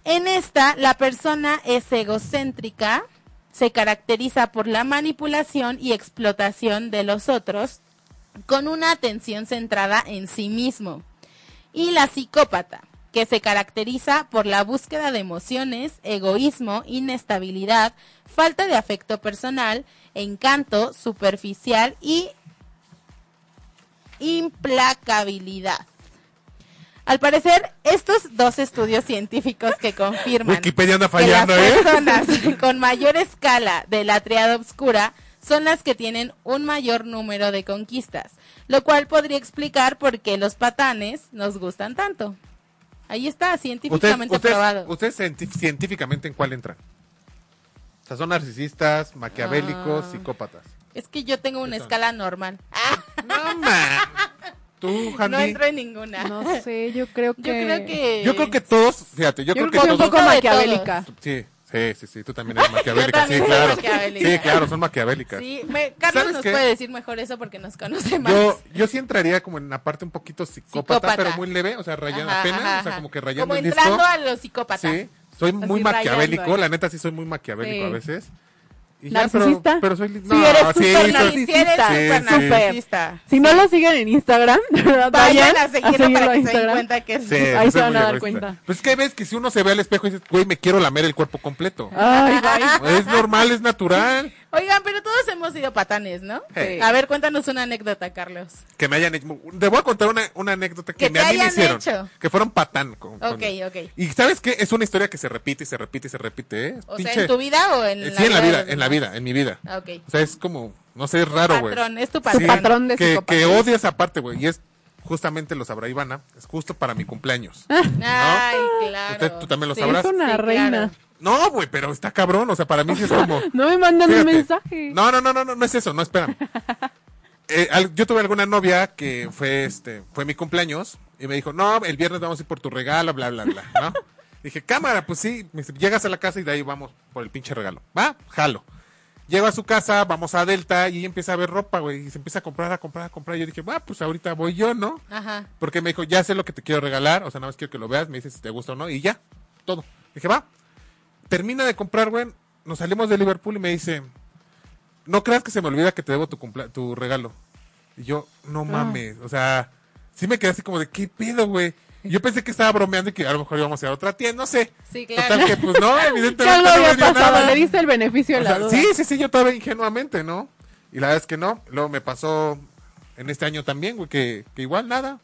[SPEAKER 3] En esta, la persona es egocéntrica, se caracteriza por la manipulación y explotación de los otros, con una atención centrada en sí mismo. Y la psicópata, que se caracteriza por la búsqueda de emociones, egoísmo, inestabilidad, falta de afecto personal, encanto superficial y implacabilidad. Al parecer, estos dos estudios científicos que confirman
[SPEAKER 4] Wikipedia anda
[SPEAKER 3] que las
[SPEAKER 4] fallando, ¿eh?
[SPEAKER 3] personas con mayor escala de la triada obscura son las que tienen un mayor número de conquistas, lo cual podría explicar por qué los patanes nos gustan tanto. Ahí está,
[SPEAKER 4] ¿Ustedes,
[SPEAKER 3] científicamente
[SPEAKER 4] ustedes,
[SPEAKER 3] probado.
[SPEAKER 4] ustedes cienti- científicamente en cuál entran? O sea, son narcisistas, maquiavélicos,
[SPEAKER 3] Ah.
[SPEAKER 4] psicópatas.
[SPEAKER 3] Es que yo tengo una escala normal. Ah,
[SPEAKER 4] No, ma. Tú,
[SPEAKER 3] no
[SPEAKER 4] Handy.
[SPEAKER 3] entro en ninguna.
[SPEAKER 5] No sé, yo creo que...
[SPEAKER 3] Yo creo que...
[SPEAKER 4] yo creo que todos, fíjate, yo,
[SPEAKER 5] Yo creo que
[SPEAKER 4] creo
[SPEAKER 5] soy
[SPEAKER 4] que
[SPEAKER 5] un
[SPEAKER 4] todos.
[SPEAKER 5] poco
[SPEAKER 3] de
[SPEAKER 5] maquiavélica.
[SPEAKER 4] Sí, sí, sí, sí, tú también eres maquiavélica, sí,
[SPEAKER 3] también soy
[SPEAKER 4] claro.
[SPEAKER 3] maquiavélica.
[SPEAKER 4] Sí, claro, son maquiavélicas.
[SPEAKER 3] Sí, me- Carlos
[SPEAKER 4] ¿Sabes
[SPEAKER 3] nos
[SPEAKER 4] qué?
[SPEAKER 3] puede decir mejor eso porque nos conoce más.
[SPEAKER 4] Yo, yo sí entraría como en la parte un poquito psicópata,
[SPEAKER 3] Psicópata.
[SPEAKER 4] pero muy leve, o sea, rayando
[SPEAKER 3] Ajá,
[SPEAKER 4] apenas,
[SPEAKER 3] ajá,
[SPEAKER 4] o sea,
[SPEAKER 3] ajá.
[SPEAKER 4] como que rayando
[SPEAKER 3] Como
[SPEAKER 4] el disco.
[SPEAKER 3] entrando a los psicópatas.
[SPEAKER 4] Sí, soy muy
[SPEAKER 5] Así
[SPEAKER 4] maquiavélico,
[SPEAKER 5] rayando ahí.
[SPEAKER 4] la neta sí soy muy maquiavélico
[SPEAKER 5] Sí.
[SPEAKER 4] a veces. Y ya, pero-
[SPEAKER 5] ¿Narcisista?
[SPEAKER 4] Pero, soy li-
[SPEAKER 5] Sí, eres súper
[SPEAKER 4] soy-
[SPEAKER 3] Sí, sí eres
[SPEAKER 5] narcisista.
[SPEAKER 3] súper
[SPEAKER 4] Sí, sí.
[SPEAKER 3] narcisista.
[SPEAKER 5] Si no lo siguen en Instagram, de verdad,
[SPEAKER 3] Vayan a seguirlo
[SPEAKER 5] seguirlo
[SPEAKER 3] para que
[SPEAKER 5] a
[SPEAKER 3] se den
[SPEAKER 5] Instagram.
[SPEAKER 3] cuenta que
[SPEAKER 4] Sí,
[SPEAKER 3] sí.
[SPEAKER 5] Ahí
[SPEAKER 4] soy
[SPEAKER 5] se van
[SPEAKER 4] muy
[SPEAKER 5] a dar
[SPEAKER 4] egoísta.
[SPEAKER 5] cuenta.
[SPEAKER 4] Pues que ves que si uno se ve al espejo y dice, güey, me quiero lamer el cuerpo completo.
[SPEAKER 5] Ay, bye.
[SPEAKER 4] Es normal, es natural.
[SPEAKER 3] Oigan, pero todos hemos sido patanes, ¿no?
[SPEAKER 4] Sí.
[SPEAKER 3] A ver, cuéntanos una anécdota, Carlos.
[SPEAKER 4] Que me hayan hecho. Te voy a contar una, una anécdota que,
[SPEAKER 3] Que
[SPEAKER 4] me,
[SPEAKER 3] te
[SPEAKER 4] a mí me
[SPEAKER 3] hayan
[SPEAKER 4] hicieron.
[SPEAKER 3] hecho.
[SPEAKER 4] Que fueron patán. Con, con-
[SPEAKER 3] Ok, ok.
[SPEAKER 4] Y ¿sabes qué? Es una historia que se repite y se repite y se repite, ¿eh?
[SPEAKER 3] O sea,
[SPEAKER 4] Pinche-
[SPEAKER 3] ¿en tu vida o en
[SPEAKER 4] Eh,
[SPEAKER 3] la
[SPEAKER 4] Sí, en la
[SPEAKER 3] de
[SPEAKER 4] vida,
[SPEAKER 3] los
[SPEAKER 4] en la
[SPEAKER 3] demás?
[SPEAKER 4] vida, en mi vida.
[SPEAKER 3] Ah, ok.
[SPEAKER 4] O sea, es como, no sé, es raro, güey.
[SPEAKER 3] Patrón, es tu
[SPEAKER 5] Tu
[SPEAKER 3] patrón.
[SPEAKER 5] patrón de
[SPEAKER 4] que,
[SPEAKER 5] psicópata.
[SPEAKER 4] que odio esa parte, güey. Y es justamente lo sabrá Ivana, es justo para mi cumpleaños.
[SPEAKER 5] Ah.
[SPEAKER 3] Ay, claro.
[SPEAKER 4] Usted- tú también lo
[SPEAKER 3] Sí,
[SPEAKER 4] sabrás.
[SPEAKER 5] Es una
[SPEAKER 3] claro.
[SPEAKER 5] reina.
[SPEAKER 4] No, güey, pero está cabrón. O sea, para mí sí es como.
[SPEAKER 5] No me mandan un
[SPEAKER 4] Fíjate.
[SPEAKER 5] mensaje.
[SPEAKER 4] No, no, no, no, no, no es eso, no, espérame. Eh, al- yo tuve alguna novia que fue este, fue mi cumpleaños y me dijo, no, el viernes vamos a ir por tu regalo, bla, bla, bla, ¿no? Dije, cámara, pues sí, Me dice, llegas a la casa y de ahí vamos por el pinche regalo. Va, jalo. Llego a su casa, vamos a Delta y ella empieza a ver ropa, güey, y se empieza a comprar, a comprar, a comprar. Yo dije, va, pues ahorita voy yo, ¿no?
[SPEAKER 3] Ajá.
[SPEAKER 4] Porque me dijo, ya sé lo que te quiero regalar, o sea, nada más quiero que lo veas, me dices si te gusta o no, y ya, todo. Dije, va, termina de comprar, güey, nos salimos de Liverpool y me dice, no creas que se me olvida que te debo tu, cumpla- tu regalo. Y yo, no mames, o sea, sí me quedé así como de, ¿qué pedo, güey? Y Yo pensé que estaba bromeando y que a lo mejor íbamos a ir a otra tienda, no sé.
[SPEAKER 3] Sí, claro.
[SPEAKER 4] Total que, pues no,
[SPEAKER 5] ¿Qué
[SPEAKER 4] evidentemente
[SPEAKER 5] algo
[SPEAKER 4] no me
[SPEAKER 5] había
[SPEAKER 4] dio
[SPEAKER 5] pasado?
[SPEAKER 4] nada.
[SPEAKER 5] Le diste el beneficio de
[SPEAKER 4] O
[SPEAKER 5] la
[SPEAKER 4] sea,
[SPEAKER 5] duda.
[SPEAKER 4] sí, sí, sí, yo estaba ingenuamente, ¿no? Y la verdad es que no. Luego me pasó en este año también, güey, que, que igual nada.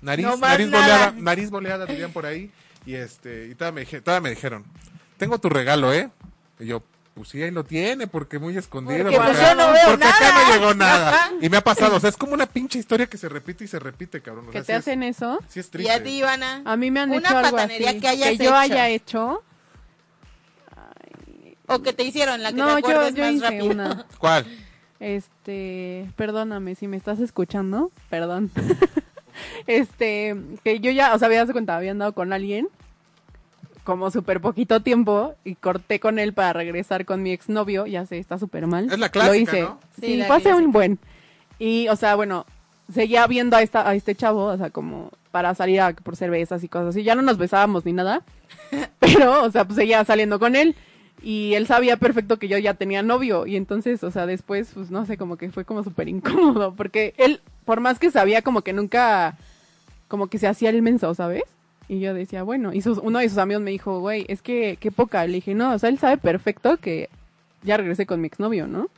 [SPEAKER 4] Nariz,
[SPEAKER 3] No más
[SPEAKER 4] nariz
[SPEAKER 3] nada.
[SPEAKER 4] boleada, nariz boleada dirían por ahí. Y este, y todavía me, dije- todavía me dijeron, tengo tu regalo, ¿eh? Y yo, pues sí, ahí lo tiene, porque muy escondido.
[SPEAKER 3] Porque, pues, yo no veo
[SPEAKER 4] porque acá
[SPEAKER 3] nada.
[SPEAKER 4] no llegó nada.
[SPEAKER 3] Ajá.
[SPEAKER 4] Y me ha pasado, o sea, es como una pinche historia que se repite y se repite, cabrón. O
[SPEAKER 5] Que
[SPEAKER 4] sea,
[SPEAKER 5] te
[SPEAKER 4] pues, sí
[SPEAKER 5] hacen eso.
[SPEAKER 4] Es, sí es
[SPEAKER 3] Y
[SPEAKER 4] triste.
[SPEAKER 3] a ti, Ivana.
[SPEAKER 5] A mí me han
[SPEAKER 3] Una
[SPEAKER 5] hecho algo así.
[SPEAKER 3] patanería que hayas
[SPEAKER 5] yo
[SPEAKER 3] hecho.
[SPEAKER 5] haya hecho.
[SPEAKER 3] O que te hicieron, la que te
[SPEAKER 5] No, yo,
[SPEAKER 3] acuerdas
[SPEAKER 5] yo
[SPEAKER 3] más
[SPEAKER 5] hice
[SPEAKER 3] rápido.
[SPEAKER 5] una.
[SPEAKER 4] ¿Cuál?
[SPEAKER 5] Este, perdóname si me estás escuchando, perdón. este, que yo ya, o sea, habías cuenta, había andado con alguien como súper poquito tiempo y corté con él para regresar con mi exnovio, ya sé, está súper mal.
[SPEAKER 4] Es la clásica,
[SPEAKER 5] Lo hice.
[SPEAKER 4] ¿no?
[SPEAKER 5] Sí,
[SPEAKER 3] Sí, la
[SPEAKER 5] fue hace
[SPEAKER 3] clásica.
[SPEAKER 5] un buen. Y, o sea, bueno, seguía viendo a, esta, a este chavo, o sea, como para salir a, por cervezas y cosas así. Ya no nos besábamos ni nada, pero, o sea, pues seguía saliendo con él. Y él sabía perfecto que yo ya tenía novio. Y entonces, o sea, después, pues no sé, como que fue como súper incómodo. Porque él, por más que sabía, como que nunca, como que se hacía el menso, ¿sabes? Y yo decía, bueno, y sus, uno de sus amigos me dijo, güey, es que qué poca. Le dije, no, o sea, él sabe perfecto que ya regresé con mi exnovio, ¿no?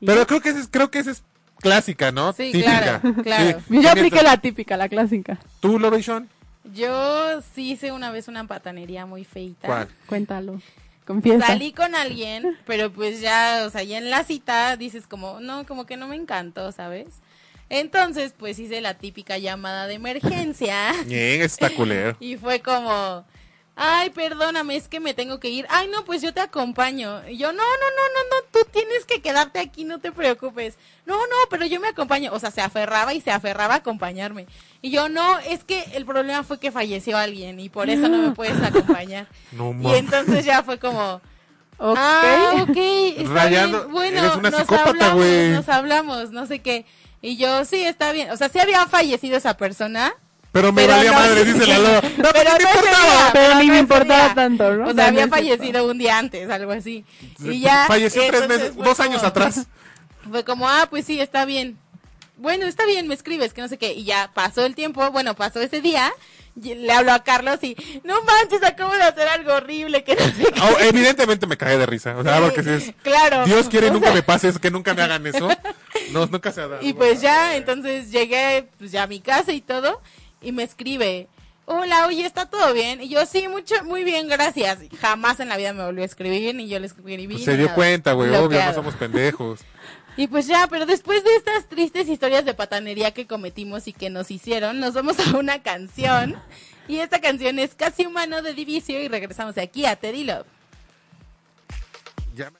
[SPEAKER 5] Y
[SPEAKER 4] Pero creo que esa es, creo que esa es clásica, ¿no?
[SPEAKER 3] Sí,
[SPEAKER 4] Típica.
[SPEAKER 3] claro, claro.
[SPEAKER 5] yo
[SPEAKER 4] Mientras-
[SPEAKER 5] apliqué la típica, la clásica.
[SPEAKER 4] ¿Tú, Lovation?
[SPEAKER 3] Yo sí hice una vez una patanería muy feita.
[SPEAKER 4] ¿Cuál?
[SPEAKER 5] Cuéntalo, confiesa.
[SPEAKER 3] Salí con alguien, pero pues ya, o sea, ya en la cita dices como, no, como que no me encantó, ¿sabes? Entonces, pues hice la típica llamada de emergencia.
[SPEAKER 4] Bien, está culero.
[SPEAKER 3] Y fue como, ay, perdóname, es que me tengo que ir. Ay, no, pues yo te acompaño. Y yo, no, no, no, no, no, tú tienes que quedarte aquí, no te preocupes. No, no, pero yo me acompaño. O sea, se aferraba y se aferraba a acompañarme. Y yo, no, es que el problema fue que falleció alguien y por eso no me puedes acompañar.
[SPEAKER 4] No
[SPEAKER 3] y
[SPEAKER 4] mames.
[SPEAKER 3] entonces ya fue como,
[SPEAKER 5] Ok.
[SPEAKER 3] Ah, ok. Está
[SPEAKER 4] Rayando,
[SPEAKER 3] bien. Bueno,
[SPEAKER 4] eres una
[SPEAKER 3] nos
[SPEAKER 4] psicópata,
[SPEAKER 3] hablamos,
[SPEAKER 4] güey.
[SPEAKER 3] nos hablamos, no sé qué. Y yo, sí, está bien. O sea, sí había fallecido esa persona.
[SPEAKER 4] Pero me
[SPEAKER 3] pero
[SPEAKER 4] valía
[SPEAKER 3] no.
[SPEAKER 4] madre, dice la loba. No,
[SPEAKER 3] pero no
[SPEAKER 4] me
[SPEAKER 3] ese
[SPEAKER 4] importaba.
[SPEAKER 3] día,
[SPEAKER 5] Pero ni
[SPEAKER 3] no
[SPEAKER 5] me
[SPEAKER 3] ese
[SPEAKER 5] importaba
[SPEAKER 3] día.
[SPEAKER 5] tanto, ¿no?
[SPEAKER 3] O sea,
[SPEAKER 5] No, no
[SPEAKER 3] había
[SPEAKER 5] es cierto.
[SPEAKER 3] fallecido un día antes, algo así. Y ya.
[SPEAKER 4] Falleció tres
[SPEAKER 3] entonces
[SPEAKER 4] meses,
[SPEAKER 3] fue
[SPEAKER 4] dos
[SPEAKER 3] como-
[SPEAKER 4] años atrás.
[SPEAKER 3] Fue como, ah, pues sí, está bien. Bueno, está bien, me escribes, que no sé qué. Y ya pasó el tiempo, bueno, pasó ese día. y le hablo a Carlos y, no manches, acabo de hacer algo horrible, que no sé qué.
[SPEAKER 4] Ah, evidentemente me caí de risa. O sea, porque si es.
[SPEAKER 3] Claro.
[SPEAKER 4] Dios quiere
[SPEAKER 3] O
[SPEAKER 4] nunca
[SPEAKER 3] sea,
[SPEAKER 4] me pase eso, que nunca me hagan eso. No, nunca se ha dado.
[SPEAKER 3] Y pues ya, entonces llegué pues ya a mi casa y todo, y me escribe, hola, oye, ¿está todo bien? Y yo, sí, mucho, muy bien, gracias. Jamás en la vida me volvió a escribir, ni yo le escribí.
[SPEAKER 4] Pues
[SPEAKER 3] ni
[SPEAKER 4] se dio
[SPEAKER 3] nada.
[SPEAKER 4] cuenta, güey, obvio, no
[SPEAKER 3] Bloqueado.
[SPEAKER 4] somos pendejos.
[SPEAKER 3] Y pues ya, pero después de estas tristes historias de patanería que cometimos y que nos hicieron, nos vamos a una canción. Y esta canción es Casi Humano de Divicio y regresamos aquí a Teddy Love.
[SPEAKER 4] Ya me-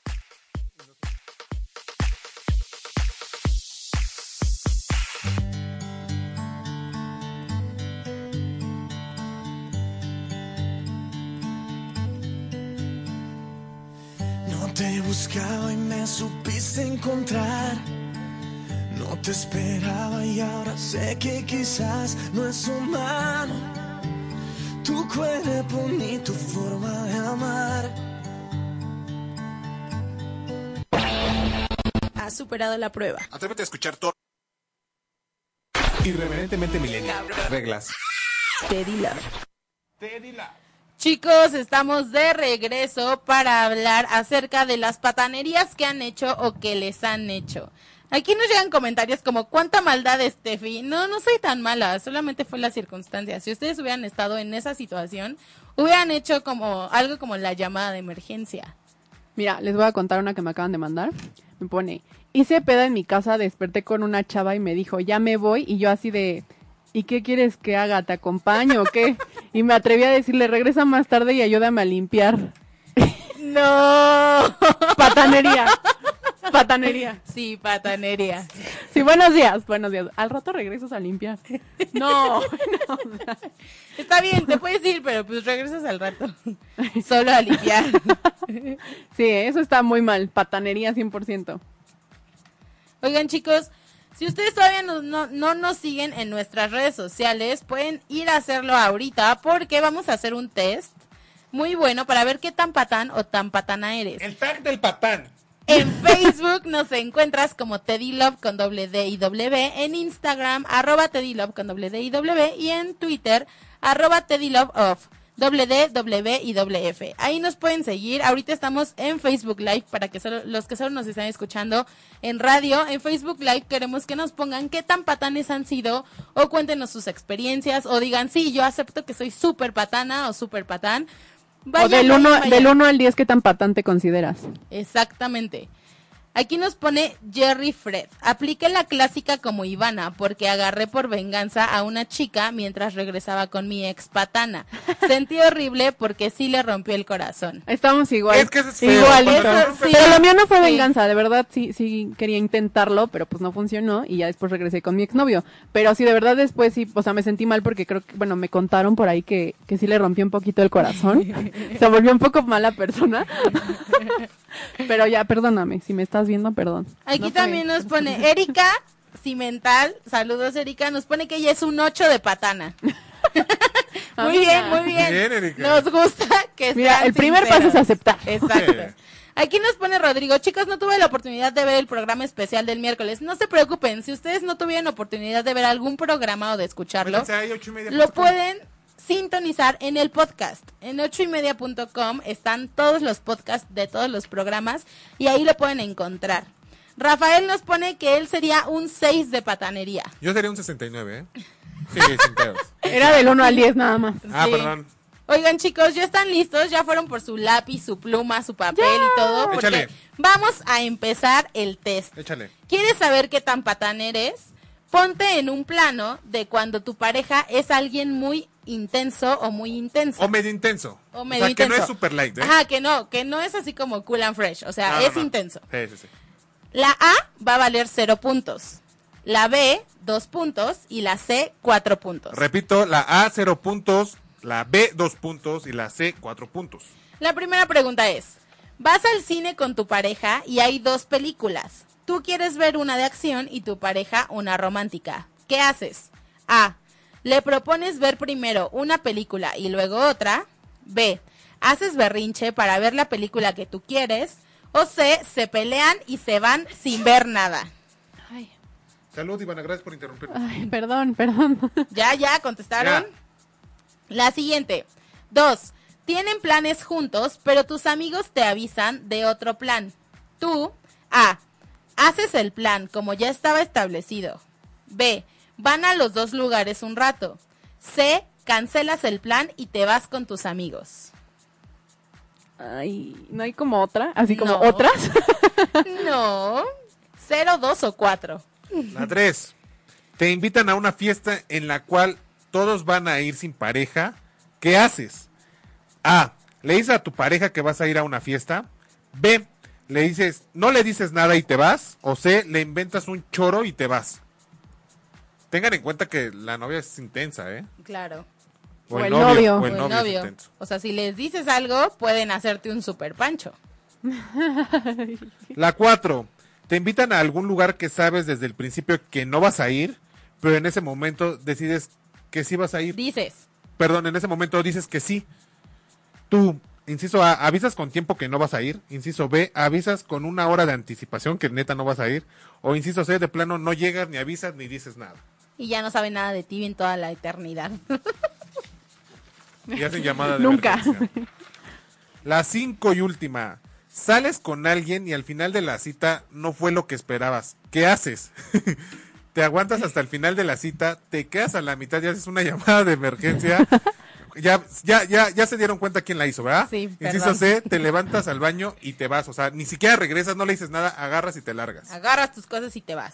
[SPEAKER 7] No te he buscado y me supiste encontrar. No te esperaba y ahora sé que quizás no es humano. Tu cuerpo ni tu forma de amar.
[SPEAKER 1] Ha superado la prueba.
[SPEAKER 2] Atrévete a escuchar todo.
[SPEAKER 8] Irreverentemente milenial. Reglas.
[SPEAKER 1] Teddy Love.
[SPEAKER 3] Chicos, estamos de regreso para hablar acerca de las patanerías que han hecho o que les han hecho. Aquí nos llegan comentarios como cuánta maldad, Steffi. No, no soy tan mala, solamente fue la circunstancia. Si ustedes hubieran estado en esa situación, hubieran hecho como algo como la llamada de emergencia.
[SPEAKER 5] Mira, les voy a contar una que me acaban de mandar. Me pone, hice peda en mi casa, desperté con una chava y me dijo, ya me voy. Y yo así de, ¿y qué quieres que haga? ¿Te acompaño o qué? Y me atreví a decirle, regresa más tarde y ayúdame a limpiar.
[SPEAKER 3] No.
[SPEAKER 5] Patanería. Patanería.
[SPEAKER 3] Sí, patanería.
[SPEAKER 5] Sí, buenos días, buenos días. Al rato regresas a limpiar. No, no, o sea,
[SPEAKER 3] Está bien, te puedes ir, pero pues regresas al rato. Solo a limpiar.
[SPEAKER 5] Sí, eso está muy mal. Patanería 100%.
[SPEAKER 3] Oigan chicos, si ustedes todavía no, no, no nos siguen en nuestras redes sociales, pueden ir a hacerlo ahorita porque vamos a hacer un test muy bueno para ver qué tan patán o tan patana eres.
[SPEAKER 4] El tag del patán.
[SPEAKER 3] En Facebook nos encuentras como Teddy Love con doble D y W, en Instagram arroba Teddy Love con doble D y W y en Twitter arroba Teddy Love Off. Doble D, W y doble F. Ahí nos pueden seguir. Ahorita estamos en Facebook Live para que solo, los que solo nos están escuchando en radio. En Facebook Live queremos que nos pongan qué tan patanes han sido o cuéntenos sus experiencias o digan, sí, yo acepto que soy súper patana o súper patán.
[SPEAKER 5] o del
[SPEAKER 3] vayan,
[SPEAKER 5] 1
[SPEAKER 3] vayan.
[SPEAKER 5] del uno al 10, ¿qué tan patán te consideras?
[SPEAKER 3] Exactamente. Aquí nos pone Jerry Fred. Apliqué la clásica como Ivana, porque agarré por venganza a una chica mientras regresaba con mi ex patana. Sentí horrible porque sí le rompió el corazón.
[SPEAKER 5] Estamos igual.
[SPEAKER 4] Es que eso es feo.
[SPEAKER 5] Igualito.
[SPEAKER 4] Eso
[SPEAKER 3] sí.
[SPEAKER 5] Pero lo mío no fue
[SPEAKER 3] Sí.
[SPEAKER 5] venganza, de verdad sí, sí quería intentarlo, pero pues no funcionó y ya después regresé con mi exnovio. Pero sí, de verdad después sí, o sea, me sentí mal porque creo que, bueno, me contaron por ahí que, que sí le rompió un poquito el corazón. Se volvió un poco mala persona. pero ya, perdóname, si me estás viendo, perdón.
[SPEAKER 3] Aquí
[SPEAKER 5] No fue-
[SPEAKER 3] también nos pone Erika Cimental. Saludos, Erika. Nos pone que ella es un 8 de patana. muy bien, muy bien.
[SPEAKER 4] Bien, Erika.
[SPEAKER 3] Nos gusta que
[SPEAKER 5] Mira,
[SPEAKER 3] sean
[SPEAKER 5] el primer
[SPEAKER 3] sinceros.
[SPEAKER 5] paso es aceptar.
[SPEAKER 3] Exacto. Aquí nos pone Rodrigo, chicos, no tuve la oportunidad de ver el programa especial del miércoles. No se preocupen, si ustedes no tuvieron oportunidad de ver algún programa o de escucharlo,
[SPEAKER 8] Métanse ahí, ocho y media.
[SPEAKER 3] lo pueden sintonizar en el podcast. En ochoymedia.com están todos los podcasts de todos los programas y ahí lo pueden encontrar. Rafael nos pone que él sería un 6 de patanería.
[SPEAKER 4] Yo sería un 69, ¿eh? Sí, sin pedos.
[SPEAKER 5] Era del 1 al 10 nada más.
[SPEAKER 4] Ah,
[SPEAKER 3] Sí.
[SPEAKER 4] perdón.
[SPEAKER 3] Oigan chicos, ya están listos, ya fueron por su lápiz, su pluma, su papel y todo. Porque
[SPEAKER 4] Échale.
[SPEAKER 3] Vamos a empezar el test.
[SPEAKER 4] Échale.
[SPEAKER 3] ¿Quieres saber qué tan patán eres? Ponte en un plano de cuando tu pareja es alguien muy intenso o muy intenso.
[SPEAKER 4] O medio intenso.
[SPEAKER 3] O medio
[SPEAKER 4] o sea, que no
[SPEAKER 3] intenso.
[SPEAKER 4] es super light, ¿eh?
[SPEAKER 3] Ajá, que no, que no es así como cool and fresh, o sea,
[SPEAKER 4] No, no,
[SPEAKER 3] es
[SPEAKER 4] no.
[SPEAKER 3] intenso.
[SPEAKER 4] Sí, sí, sí.
[SPEAKER 3] La A va a valer cero puntos, la B dos puntos y la C cuatro puntos.
[SPEAKER 4] Repito, la A, cero puntos. La B, dos puntos. Y la C, cuatro puntos.
[SPEAKER 3] la primera pregunta es, vas al cine con tu pareja y hay dos películas. Tú quieres ver una de acción y tu pareja una romántica. ¿Qué haces? A. Le propones ver primero una película y luego otra. B. Haces berrinche para ver la película que tú quieres. O C. Se pelean y se van sin ver nada.
[SPEAKER 5] Ay,
[SPEAKER 4] Salud, Ivana. Gracias por interrumpir.
[SPEAKER 5] ay, perdón, perdón.
[SPEAKER 3] Ya, ya, contestaron.
[SPEAKER 4] Ya.
[SPEAKER 3] La siguiente. Dos. Tienen planes juntos, pero tus amigos te avisan de otro plan. Tú, A. Haces el plan como ya estaba establecido. B. Van a los dos lugares un rato. C. Cancelas el plan y te vas con tus amigos.
[SPEAKER 5] Ay, ¿no hay como otra? Así como
[SPEAKER 3] No.
[SPEAKER 5] otras.
[SPEAKER 3] No. Cero, dos o cuatro.
[SPEAKER 4] La tres. Te invitan a una fiesta en la cual todos van a ir sin pareja. ¿Qué haces? A. Le dices a tu pareja que vas a ir a una fiesta. B. Le dices, no le dices nada y te vas. O C. Le inventas un choro y te vas. Tengan en cuenta que la novia es intensa, ¿eh?
[SPEAKER 3] Claro.
[SPEAKER 5] O el novio.
[SPEAKER 4] O
[SPEAKER 3] O
[SPEAKER 4] el novio, es intenso.
[SPEAKER 3] O sea, si les dices algo, pueden hacerte un super pancho.
[SPEAKER 4] La cuatro. Te invitan a algún lugar que sabes desde el principio que no vas a ir, pero en ese momento decides que sí vas a ir.
[SPEAKER 3] Dices.
[SPEAKER 4] perdón, en ese momento dices que sí. Tú, inciso A, avisas con tiempo que no vas a ir. Inciso B, avisas con una hora de anticipación que neta no vas a ir. O inciso C, de plano no llegas, ni avisas, ni dices nada.
[SPEAKER 3] y ya no sabe nada de ti en toda la eternidad.
[SPEAKER 4] Y hacen llamada de
[SPEAKER 5] Nunca.
[SPEAKER 4] emergencia. La cinco y última. Sales con alguien y al final de la cita no fue lo que esperabas. ¿Qué haces? te aguantas hasta el final de la cita, te quedas a la mitad y haces una llamada de emergencia. Ya, ya, ya, ya se dieron cuenta quién la hizo, ¿verdad?
[SPEAKER 3] Sí,
[SPEAKER 4] Inciso
[SPEAKER 3] perdón.
[SPEAKER 4] C, te levantas al baño y te vas. O sea, ni siquiera regresas, no le dices nada, agarras y te largas.
[SPEAKER 3] Agarras tus cosas y te vas.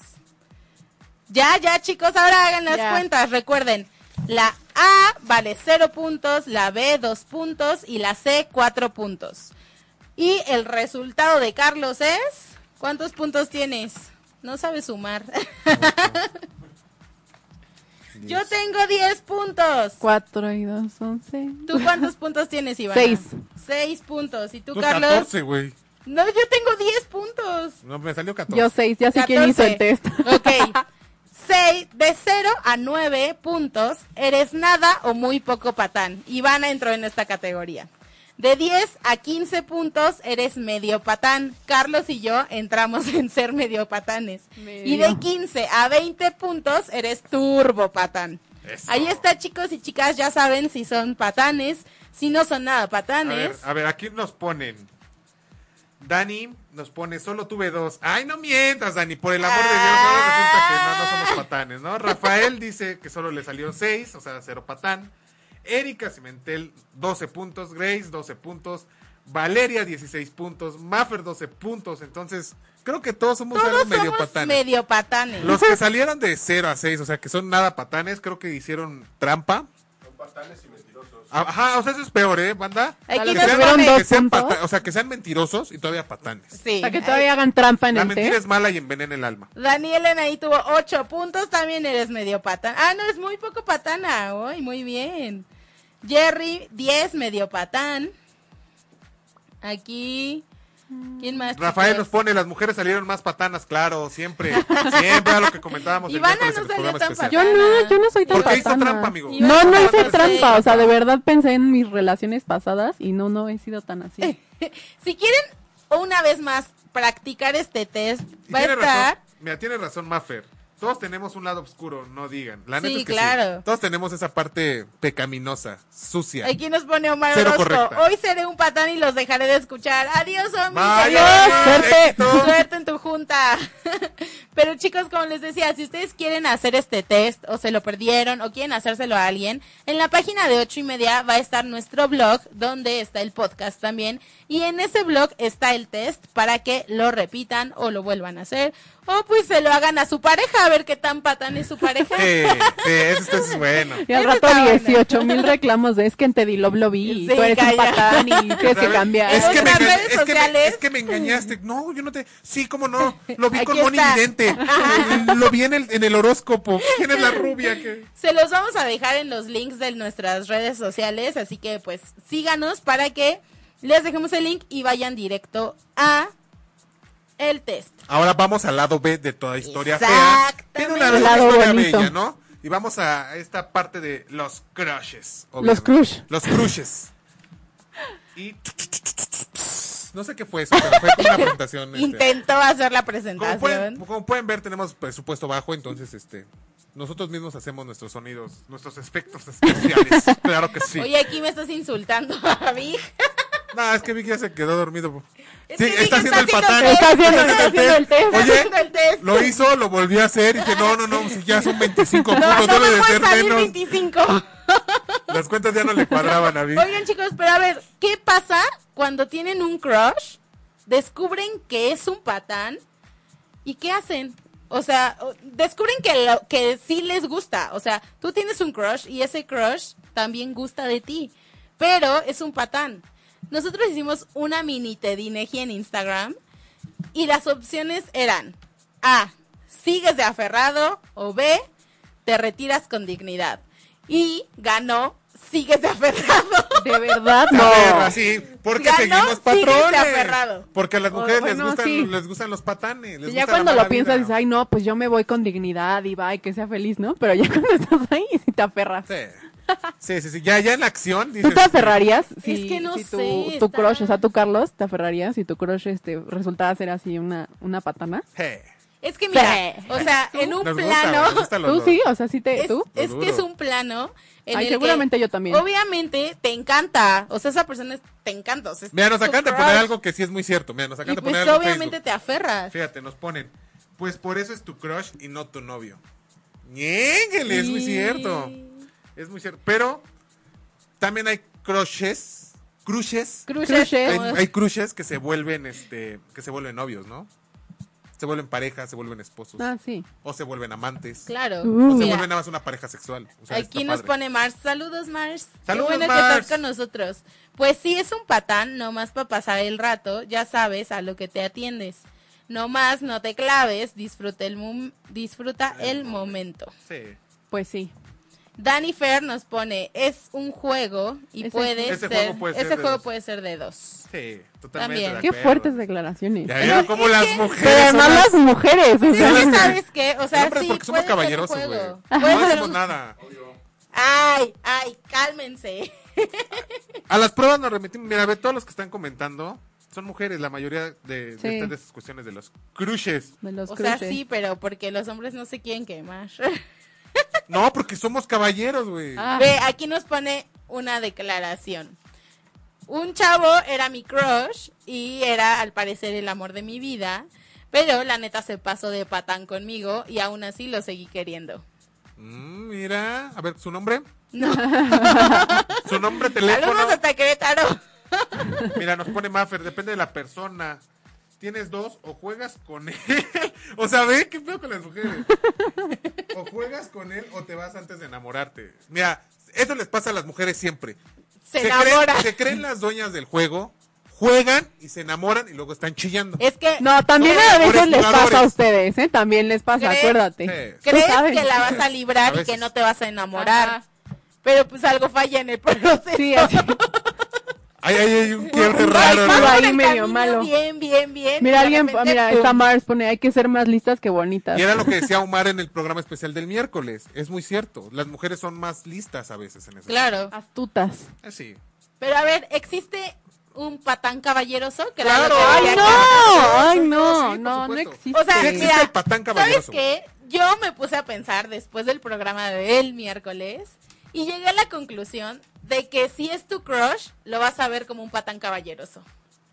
[SPEAKER 3] Ya, ya, chicos, ahora hagan las
[SPEAKER 5] Ya.
[SPEAKER 3] cuentas. Recuerden, la A vale 0 puntos, la B 2 puntos y la C 4 puntos. Y el resultado de Carlos es... ¿Cuántos puntos tienes? No sabe sumar. Yo tengo 10 puntos.
[SPEAKER 5] 4 y 2, 11.
[SPEAKER 3] ¿Tú cuántos puntos tienes, Iván?
[SPEAKER 5] Seis.
[SPEAKER 3] 6 puntos. ¿Y tú,
[SPEAKER 4] Tú
[SPEAKER 3] Carlos?
[SPEAKER 4] 14, güey.
[SPEAKER 3] No, yo tengo 10 puntos.
[SPEAKER 4] No, me salió 14.
[SPEAKER 5] Yo 6, ya sé quién hizo el
[SPEAKER 3] 14.
[SPEAKER 5] test.
[SPEAKER 3] Ok. 6, de 0 a 9 puntos, eres nada o muy poco patán. Ivana entró en esta categoría. De 10 a 15 puntos, eres medio patán. Carlos y yo entramos en ser medio patanes. Y de
[SPEAKER 5] Medio.
[SPEAKER 3] 15 a 20 puntos, eres turbo patán.
[SPEAKER 4] Eso.
[SPEAKER 3] Ahí está, chicos y chicas, ya saben si son patanes, si no son nada
[SPEAKER 4] A ver,
[SPEAKER 3] patanes.
[SPEAKER 4] a ver, aquí nos ponen. Dani nos pone, solo tuve dos. Ay, no mientas, Dani, por el amor de Dios, ahora resulta que no, no
[SPEAKER 3] Ah.
[SPEAKER 4] somos patanes, ¿no? Rafael dice que solo le salió seis, o sea, cero patán. Erika Cimentel, 12 puntos. Grace, 12 puntos. Valeria 16 puntos, Maffer 12 puntos, entonces creo que todos somos algo
[SPEAKER 3] Todos
[SPEAKER 4] medio
[SPEAKER 3] somos
[SPEAKER 4] patanes.
[SPEAKER 3] medio patanes.
[SPEAKER 4] Los que salieron de 0 a 6, o sea, que son nada patanes, creo que hicieron trampa. Son patanes y mentirosos. Ajá, o sea, eso es peor, ¿eh, banda?
[SPEAKER 3] Aquí nos
[SPEAKER 4] Que sean-
[SPEAKER 5] tuvieron
[SPEAKER 3] pone-
[SPEAKER 5] dos
[SPEAKER 4] que sean
[SPEAKER 5] puntos.
[SPEAKER 4] pata- o sea, que sean mentirosos y todavía patanes.
[SPEAKER 3] Sí.
[SPEAKER 5] Para que todavía hagan trampa en
[SPEAKER 4] La
[SPEAKER 5] el
[SPEAKER 4] mentira
[SPEAKER 5] té.
[SPEAKER 4] es mala y envenena el alma.
[SPEAKER 3] Daniel en ahí tuvo ocho puntos, también eres medio patana. Ah, no, es muy poco patana, hoy, muy bien. Jerry, 10, medio patán. Aquí, ¿quién más?
[SPEAKER 4] Rafael nos
[SPEAKER 3] chicos?
[SPEAKER 4] pone, las mujeres salieron más patanas, claro, siempre, siempre a lo que comentábamos. el
[SPEAKER 3] Ivana
[SPEAKER 4] miércoles
[SPEAKER 3] no
[SPEAKER 4] en el
[SPEAKER 3] salió
[SPEAKER 4] programa
[SPEAKER 3] tan
[SPEAKER 4] especial.
[SPEAKER 5] Yo no, yo no soy tan
[SPEAKER 4] ¿Por qué hizo
[SPEAKER 5] patana.
[SPEAKER 4] trampa, amigo?
[SPEAKER 3] Iba
[SPEAKER 5] No, no
[SPEAKER 3] a
[SPEAKER 5] hice
[SPEAKER 3] hacer
[SPEAKER 5] trampa.
[SPEAKER 3] seis.
[SPEAKER 5] O sea, de verdad pensé en mis relaciones pasadas y no, no he sido tan
[SPEAKER 3] Eh,
[SPEAKER 5] así.
[SPEAKER 3] Si quieren, una vez más, practicar este test,
[SPEAKER 4] Y
[SPEAKER 3] va a
[SPEAKER 4] tiene
[SPEAKER 3] estar...
[SPEAKER 4] razón, mira, tiene razón Maffer. Todos tenemos un lado oscuro, no digan. La neta
[SPEAKER 3] Sí,
[SPEAKER 4] es que
[SPEAKER 3] claro.
[SPEAKER 4] sí. Todos tenemos esa parte pecaminosa, sucia.
[SPEAKER 3] Aquí nos pone Omar
[SPEAKER 4] Cero
[SPEAKER 3] Orozco.
[SPEAKER 4] correcta.
[SPEAKER 3] Hoy seré un patán y los dejaré de escuchar. Adiós, Omi.
[SPEAKER 4] Vaya,
[SPEAKER 3] Adiós.
[SPEAKER 4] Suerte. éxito.
[SPEAKER 3] Suerte en tu junta. Pero chicos, como les decía, si ustedes quieren hacer este test o se lo perdieron o quieren hacérselo a alguien, en la página de ocho y media va a estar nuestro blog donde está el podcast también. Y en ese blog está el test para que lo repitan o lo vuelvan a hacer. O pues se lo hagan a su pareja a ver qué tan patán es su pareja.
[SPEAKER 4] Sí, sí, Eh, eso está- eso es bueno.
[SPEAKER 5] Y al
[SPEAKER 3] Eso
[SPEAKER 5] rato
[SPEAKER 3] está bueno.
[SPEAKER 5] 18 mil reclamos de es que en Teddy Love lo vi y
[SPEAKER 3] Sí,
[SPEAKER 5] tú eres
[SPEAKER 3] calla.
[SPEAKER 5] un patán y tienes que
[SPEAKER 4] ¿Sabes?
[SPEAKER 5] cambiar.
[SPEAKER 4] Es que, me,
[SPEAKER 3] Nuestras
[SPEAKER 4] enga-
[SPEAKER 3] redes
[SPEAKER 4] es, que me,
[SPEAKER 3] sociales.
[SPEAKER 4] es que me engañaste. No, yo no te. Sí, cómo no. Lo vi
[SPEAKER 3] Aquí
[SPEAKER 4] con Moni
[SPEAKER 3] está.
[SPEAKER 4] Vidente. Lo vi en el, en el horóscopo. ¿Quién es la rubia? que-
[SPEAKER 3] Se los vamos a dejar en los links de nuestras redes sociales, así que pues síganos para que les dejemos el link y vayan directo a el test.
[SPEAKER 4] Ahora vamos al lado B de toda historia fea.
[SPEAKER 3] Exactamente.
[SPEAKER 4] Tiene una, una
[SPEAKER 5] Lado
[SPEAKER 4] historia
[SPEAKER 5] bonito.
[SPEAKER 4] bella, ¿no? Y vamos a esta parte de los crushes.
[SPEAKER 5] Los
[SPEAKER 4] obviamente.
[SPEAKER 5] crush.
[SPEAKER 4] Los crushes. Y. No sé qué fue eso, pero fue como una presentación. este,
[SPEAKER 3] Intentó hacer la
[SPEAKER 4] Como pueden,
[SPEAKER 3] presentación.
[SPEAKER 4] como pueden ver, tenemos presupuesto bajo, entonces este nosotros mismos hacemos nuestros sonidos, nuestros efectos especiales. claro que sí.
[SPEAKER 3] Oye, aquí me estás insultando a mí.
[SPEAKER 4] No, es que Vicky ya se quedó dormido.
[SPEAKER 3] Es
[SPEAKER 4] Sí,
[SPEAKER 3] que Vicky
[SPEAKER 4] está haciendo el patán.
[SPEAKER 3] test.
[SPEAKER 5] Está haciendo-
[SPEAKER 3] Está
[SPEAKER 5] está haciendo el test.
[SPEAKER 3] haciendo el
[SPEAKER 4] Oye,
[SPEAKER 3] test.
[SPEAKER 4] lo hizo, lo volvió a hacer y dije, no, no, no, si ya son 25
[SPEAKER 3] no
[SPEAKER 4] puntos, debe
[SPEAKER 3] me
[SPEAKER 4] de
[SPEAKER 3] puede
[SPEAKER 4] ser
[SPEAKER 3] salir
[SPEAKER 4] menos.
[SPEAKER 3] 25.
[SPEAKER 4] Las cuentas ya no le cuadraban a Vicky.
[SPEAKER 3] Oigan chicos, pero a ver, ¿qué pasa cuando tienen un crush? Descubren que es un patán y ¿qué hacen? O sea, o- descubren que, lo, que sí les gusta. O sea, tú tienes un crush y ese crush también gusta de ti, pero es un patán. Nosotros hicimos una mini tedineji en Instagram y las opciones eran A, sigues de aferrado o B, te retiras con dignidad. Y ganó, sigues de aferrado.
[SPEAKER 5] De verdad,
[SPEAKER 4] A ver,
[SPEAKER 5] no.
[SPEAKER 4] así, porque
[SPEAKER 3] Ganó,
[SPEAKER 4] seguimos
[SPEAKER 3] síguese
[SPEAKER 4] patrones.
[SPEAKER 3] aferrado.
[SPEAKER 4] Porque a las
[SPEAKER 5] O-
[SPEAKER 4] mujeres les,
[SPEAKER 5] bueno,
[SPEAKER 4] gustan,
[SPEAKER 5] sí.
[SPEAKER 4] les gustan los patanes. les
[SPEAKER 5] Y ya
[SPEAKER 4] gusta la
[SPEAKER 5] cuando lo
[SPEAKER 4] mala
[SPEAKER 5] piensas
[SPEAKER 4] vida.
[SPEAKER 5] dices, ay no, pues yo me voy con dignidad y va, y que sea feliz, ¿no? Pero ya cuando estás ahí sí te aferras.
[SPEAKER 4] Sí. Sí, sí, sí. Ya, ya en la acción dices.
[SPEAKER 5] ¿Tú te aferrarías si,
[SPEAKER 3] Es que no
[SPEAKER 5] si tu,
[SPEAKER 3] sé,
[SPEAKER 5] tu
[SPEAKER 3] está-
[SPEAKER 5] crush, o sea, tu Carlos, te aferrarías si tu crush este, resultaba ser así una, una patana?
[SPEAKER 4] "Hey,
[SPEAKER 3] Es que mira, o sea, en un
[SPEAKER 4] nos gusta,
[SPEAKER 3] plano,
[SPEAKER 4] nos gustan los
[SPEAKER 5] ¿Tú
[SPEAKER 4] dos".
[SPEAKER 5] sí? O sea, sí te,
[SPEAKER 3] es,
[SPEAKER 5] ¿tú?
[SPEAKER 3] es que es
[SPEAKER 4] Duro.
[SPEAKER 3] un plano en
[SPEAKER 5] Ay,
[SPEAKER 3] el
[SPEAKER 5] seguramente
[SPEAKER 3] que
[SPEAKER 5] yo también.
[SPEAKER 3] Obviamente te encanta, o sea, esa persona es- te encanta, o sea, es
[SPEAKER 4] Mira, nos
[SPEAKER 3] tu
[SPEAKER 4] acaban de
[SPEAKER 3] crush.
[SPEAKER 4] poner algo que sí es muy cierto. Mira, nos
[SPEAKER 3] y
[SPEAKER 4] acaban de
[SPEAKER 3] pues
[SPEAKER 4] poner algo. en
[SPEAKER 3] obviamente te aferras.
[SPEAKER 4] Facebook. Fíjate, nos ponen. Pues por eso es tu crush y no tu novio. Ñéngale, es muy cierto. Es muy cierto. Pero también hay crushes. Crushes.
[SPEAKER 3] Crushes.
[SPEAKER 4] Hay,
[SPEAKER 3] como-
[SPEAKER 4] hay crushes que se vuelven, este, que se vuelven novios, ¿no? Se vuelven parejas, se vuelven esposos.
[SPEAKER 5] Ah, sí.
[SPEAKER 4] O se vuelven amantes.
[SPEAKER 3] Claro.
[SPEAKER 5] Uh.
[SPEAKER 4] Se
[SPEAKER 3] mira,
[SPEAKER 4] vuelven nada más una pareja sexual. O sea,
[SPEAKER 3] aquí
[SPEAKER 4] está
[SPEAKER 3] nos
[SPEAKER 4] padre.
[SPEAKER 3] pone Mars. Saludos, Mars.
[SPEAKER 4] Saludos,
[SPEAKER 3] Qué bueno que
[SPEAKER 4] Mars.
[SPEAKER 3] estás con nosotros. Pues sí, es un patán, nomás para pasar el rato, ya sabes a lo que te atiendes. Nomás no te claves, disfruta el, mom- disfruta el momento.
[SPEAKER 4] Sí.
[SPEAKER 5] Pues sí.
[SPEAKER 3] Danny Fair nos pone, es un juego y
[SPEAKER 5] Ese-
[SPEAKER 3] puede
[SPEAKER 4] Ese
[SPEAKER 3] ser,
[SPEAKER 4] juego puede ser
[SPEAKER 3] ese
[SPEAKER 4] de
[SPEAKER 3] juego
[SPEAKER 4] dos.
[SPEAKER 3] puede ser de dos.
[SPEAKER 4] Sí, totalmente.
[SPEAKER 3] También.
[SPEAKER 4] de
[SPEAKER 5] Qué
[SPEAKER 4] acuerdo.
[SPEAKER 5] fuertes declaraciones.
[SPEAKER 4] Ya vieron cómo las
[SPEAKER 5] Pero
[SPEAKER 4] mujeres. son
[SPEAKER 5] además
[SPEAKER 4] las-
[SPEAKER 5] las mujeres, o
[SPEAKER 3] Sí,
[SPEAKER 5] sea,
[SPEAKER 4] Pero-
[SPEAKER 3] sí, ¿sabes qué? O sea,
[SPEAKER 4] No, pero
[SPEAKER 3] sí,
[SPEAKER 4] porque
[SPEAKER 3] puede
[SPEAKER 4] somos
[SPEAKER 3] ser
[SPEAKER 4] caballerosos,
[SPEAKER 3] un
[SPEAKER 4] güey.
[SPEAKER 3] juego.
[SPEAKER 4] No
[SPEAKER 3] Puede ser
[SPEAKER 4] hacemos
[SPEAKER 3] un-
[SPEAKER 4] nada.
[SPEAKER 3] Ay, ay, cálmense.
[SPEAKER 4] A las pruebas nos remitimos. Mira, ve, todos los que están comentando son mujeres, la mayoría de, de
[SPEAKER 5] Sí.
[SPEAKER 4] estas- de estas cuestiones de los crushes.
[SPEAKER 5] de los
[SPEAKER 3] o sea,
[SPEAKER 5] crushes.
[SPEAKER 3] sí, pero porque los hombres no se quieren quemar.
[SPEAKER 4] No, porque somos caballeros, güey.
[SPEAKER 5] Ah,
[SPEAKER 3] Ve, aquí nos pone una declaración. Un chavo era mi crush y era al parecer el amor de mi vida, pero la neta se pasó de patán conmigo y aún así lo seguí queriendo.
[SPEAKER 4] Mm, mira, a ver, su nombre.
[SPEAKER 3] No.
[SPEAKER 4] Su nombre, teléfono.
[SPEAKER 3] Saludos hasta Querétaro.
[SPEAKER 4] Mira, nos pone Maffer, depende de la persona. Tienes dos o juegas con él. O sea, ve qué feo con las mujeres. O juegas con él o te vas antes de enamorarte. Mira, esto les pasa a las mujeres siempre.
[SPEAKER 3] Se
[SPEAKER 4] creen,
[SPEAKER 3] enamora.
[SPEAKER 4] se creen las dueñas del juego, juegan y se enamoran y luego están chillando.
[SPEAKER 3] Es que
[SPEAKER 5] No, también
[SPEAKER 4] Somos
[SPEAKER 5] a
[SPEAKER 4] mejores
[SPEAKER 5] veces les pasa a
[SPEAKER 4] jugadores.
[SPEAKER 5] ustedes, ¿eh? También les pasa,
[SPEAKER 3] ¿Crees?
[SPEAKER 5] acuérdate.
[SPEAKER 4] Sí.
[SPEAKER 5] Tú
[SPEAKER 3] crees
[SPEAKER 5] sabes.
[SPEAKER 3] que la vas a
[SPEAKER 4] A
[SPEAKER 3] librar y
[SPEAKER 4] veces.
[SPEAKER 3] que no te vas a enamorar.
[SPEAKER 5] Ajá.
[SPEAKER 3] Pero pues algo falla en el proceso.
[SPEAKER 5] Sí, así.
[SPEAKER 4] Ay, ay, ay, un quiebre
[SPEAKER 5] un
[SPEAKER 4] raro.
[SPEAKER 5] Algo
[SPEAKER 4] ¿no?
[SPEAKER 3] Vas por
[SPEAKER 5] ahí
[SPEAKER 3] el
[SPEAKER 5] medio
[SPEAKER 3] camino
[SPEAKER 5] malo.
[SPEAKER 3] Bien, bien, bien. y
[SPEAKER 5] Mira,
[SPEAKER 3] de
[SPEAKER 5] alguien,
[SPEAKER 3] repente,
[SPEAKER 5] mira,
[SPEAKER 3] pum.
[SPEAKER 5] esta Mars pone, hay que ser más listas que bonitas.
[SPEAKER 4] Y era lo que decía Omar en el programa especial del miércoles. Es muy cierto. Las mujeres son más listas a veces en eso.
[SPEAKER 3] Claro.
[SPEAKER 5] Astutas.
[SPEAKER 4] Eh, sí.
[SPEAKER 3] Pero a ver, ¿existe un patán caballeroso? Que
[SPEAKER 4] Claro.
[SPEAKER 3] la lotería
[SPEAKER 4] Ay,
[SPEAKER 5] ¡No!
[SPEAKER 3] gana?
[SPEAKER 5] ¡Ay,
[SPEAKER 4] Sí,
[SPEAKER 5] no! No,
[SPEAKER 4] por
[SPEAKER 5] no
[SPEAKER 4] supuesto.
[SPEAKER 5] existe.
[SPEAKER 3] O sea,
[SPEAKER 4] Sí
[SPEAKER 3] mira,
[SPEAKER 4] existe el patán
[SPEAKER 3] ¿sabes
[SPEAKER 4] caballeroso.
[SPEAKER 3] qué? Yo me puse a pensar después del programa del miércoles y llegué a la conclusión de que si es tu crush, lo vas a ver como un patán caballeroso.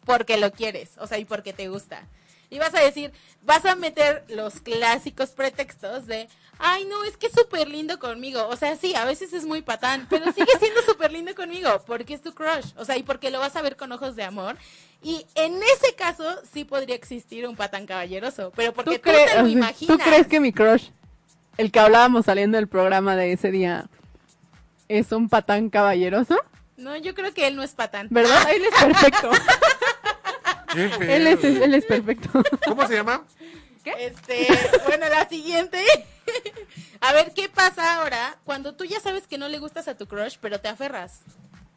[SPEAKER 3] Porque lo quieres, o sea, y porque te gusta. Y vas a decir, vas a meter los clásicos pretextos de, ay, no, es que es súper lindo conmigo. O sea, sí, a veces es muy patán, pero sigue siendo súper lindo conmigo porque es tu crush. O sea, y porque lo vas a ver con ojos de amor. Y en ese caso sí podría existir un patán caballeroso, pero porque tú,
[SPEAKER 5] cre-
[SPEAKER 3] te lo
[SPEAKER 5] o sea,
[SPEAKER 3] imaginas.
[SPEAKER 5] ¿Tú crees que mi crush, el que hablábamos saliendo del programa de ese día, es un patán caballeroso?
[SPEAKER 3] No, yo creo que él no es patán.
[SPEAKER 5] ¿Verdad? Él es perfecto.
[SPEAKER 4] Qué feo.
[SPEAKER 5] él, es, él es perfecto.
[SPEAKER 4] ¿Cómo se llama?
[SPEAKER 3] Este, bueno, la siguiente. A ver, ¿qué pasa ahora cuando tú ya sabes que no le gustas a tu crush, pero te aferras?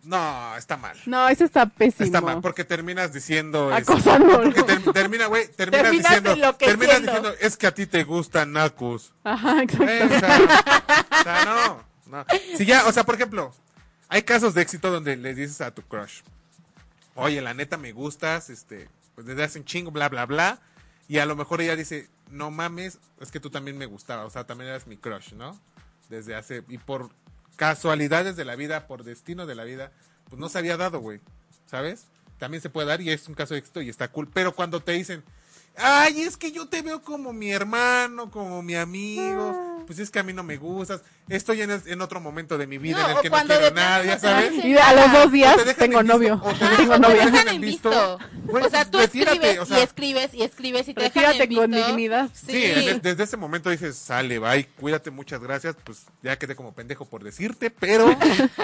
[SPEAKER 4] No, está mal.
[SPEAKER 5] No, eso está pésimo.
[SPEAKER 4] Está mal, porque terminas diciendo. este,
[SPEAKER 5] Acosándolo.
[SPEAKER 4] porque ter- termina, güey, terminas
[SPEAKER 3] Terminas
[SPEAKER 4] diciendo.
[SPEAKER 3] enloqueciendo.
[SPEAKER 4] Terminas diciendo, es que a ti te gustan nacos.
[SPEAKER 5] Ajá,
[SPEAKER 4] Eh, o
[SPEAKER 5] exacto.
[SPEAKER 4] sea, o sea, no, no. Si ya, o sea, por ejemplo, hay casos de éxito donde les dices a tu crush, oye, la neta me gustas, este, pues desde hace un chingo, bla, bla, bla. Y a lo mejor ella dice, no mames, es que tú también me gustaba, o sea, también eras mi crush, ¿no? Desde hace, y por casualidades de la vida, por destino de la vida, pues no se había dado, güey, ¿sabes? También se puede dar y es un caso de éxito y está cool. Pero cuando te dicen, ay, es que yo te veo como mi hermano, como mi
[SPEAKER 3] Ah.
[SPEAKER 4] amigo, pues es que a mí no me gustas, estoy en, es- en otro momento de mi vida
[SPEAKER 3] No,
[SPEAKER 4] en
[SPEAKER 3] o
[SPEAKER 4] el que no
[SPEAKER 3] cuando
[SPEAKER 4] quiero
[SPEAKER 3] de plano
[SPEAKER 4] nada, ya
[SPEAKER 3] no te
[SPEAKER 4] sabes.
[SPEAKER 3] dicen
[SPEAKER 5] Y a los dos
[SPEAKER 4] O te
[SPEAKER 5] días
[SPEAKER 4] dejan
[SPEAKER 5] tengo
[SPEAKER 4] en visto,
[SPEAKER 5] novio.
[SPEAKER 4] o te
[SPEAKER 3] Ajá,
[SPEAKER 5] Tengo
[SPEAKER 3] o te
[SPEAKER 5] novia.
[SPEAKER 3] Ah, pues dejan
[SPEAKER 4] en
[SPEAKER 3] en
[SPEAKER 4] visto.
[SPEAKER 3] visto.
[SPEAKER 4] Güey,
[SPEAKER 3] o sea, tú
[SPEAKER 4] retírate,
[SPEAKER 3] escribes
[SPEAKER 4] o sea.
[SPEAKER 3] y escribes y escribes y te
[SPEAKER 5] Retírate
[SPEAKER 3] dejan en
[SPEAKER 5] con
[SPEAKER 3] visto.
[SPEAKER 5] dignidad.
[SPEAKER 4] Sí,
[SPEAKER 3] Sí.
[SPEAKER 4] en- este desde ese momento dices, sale, bye, cuídate, muchas gracias, pues ya quedé como pendejo por decirte, pero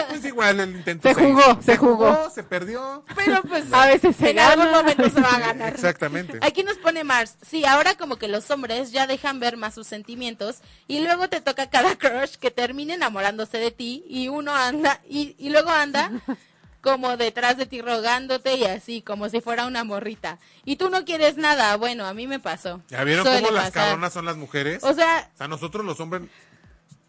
[SPEAKER 4] pues igual el intento
[SPEAKER 5] Se jugó, se jugó.
[SPEAKER 4] se perdió.
[SPEAKER 3] Pero pues
[SPEAKER 5] A veces se
[SPEAKER 3] en algún
[SPEAKER 5] gana.
[SPEAKER 3] momento se va a ganar.
[SPEAKER 4] Exactamente.
[SPEAKER 3] Aquí nos pone Mars. Sí, ahora como que los hombres ya dejan ver más sus sentimientos y luego te toca cada crush que termina enamorándose de ti y uno anda y, y luego anda como detrás de ti rogándote y así, como si fuera una morrita. Y tú no quieres nada. Bueno, a mí me pasó.
[SPEAKER 4] ¿Ya vieron
[SPEAKER 3] Suele
[SPEAKER 4] cómo las
[SPEAKER 3] pasar.
[SPEAKER 4] cabronas son las mujeres?
[SPEAKER 3] O sea,
[SPEAKER 4] O sea, nosotros los hombres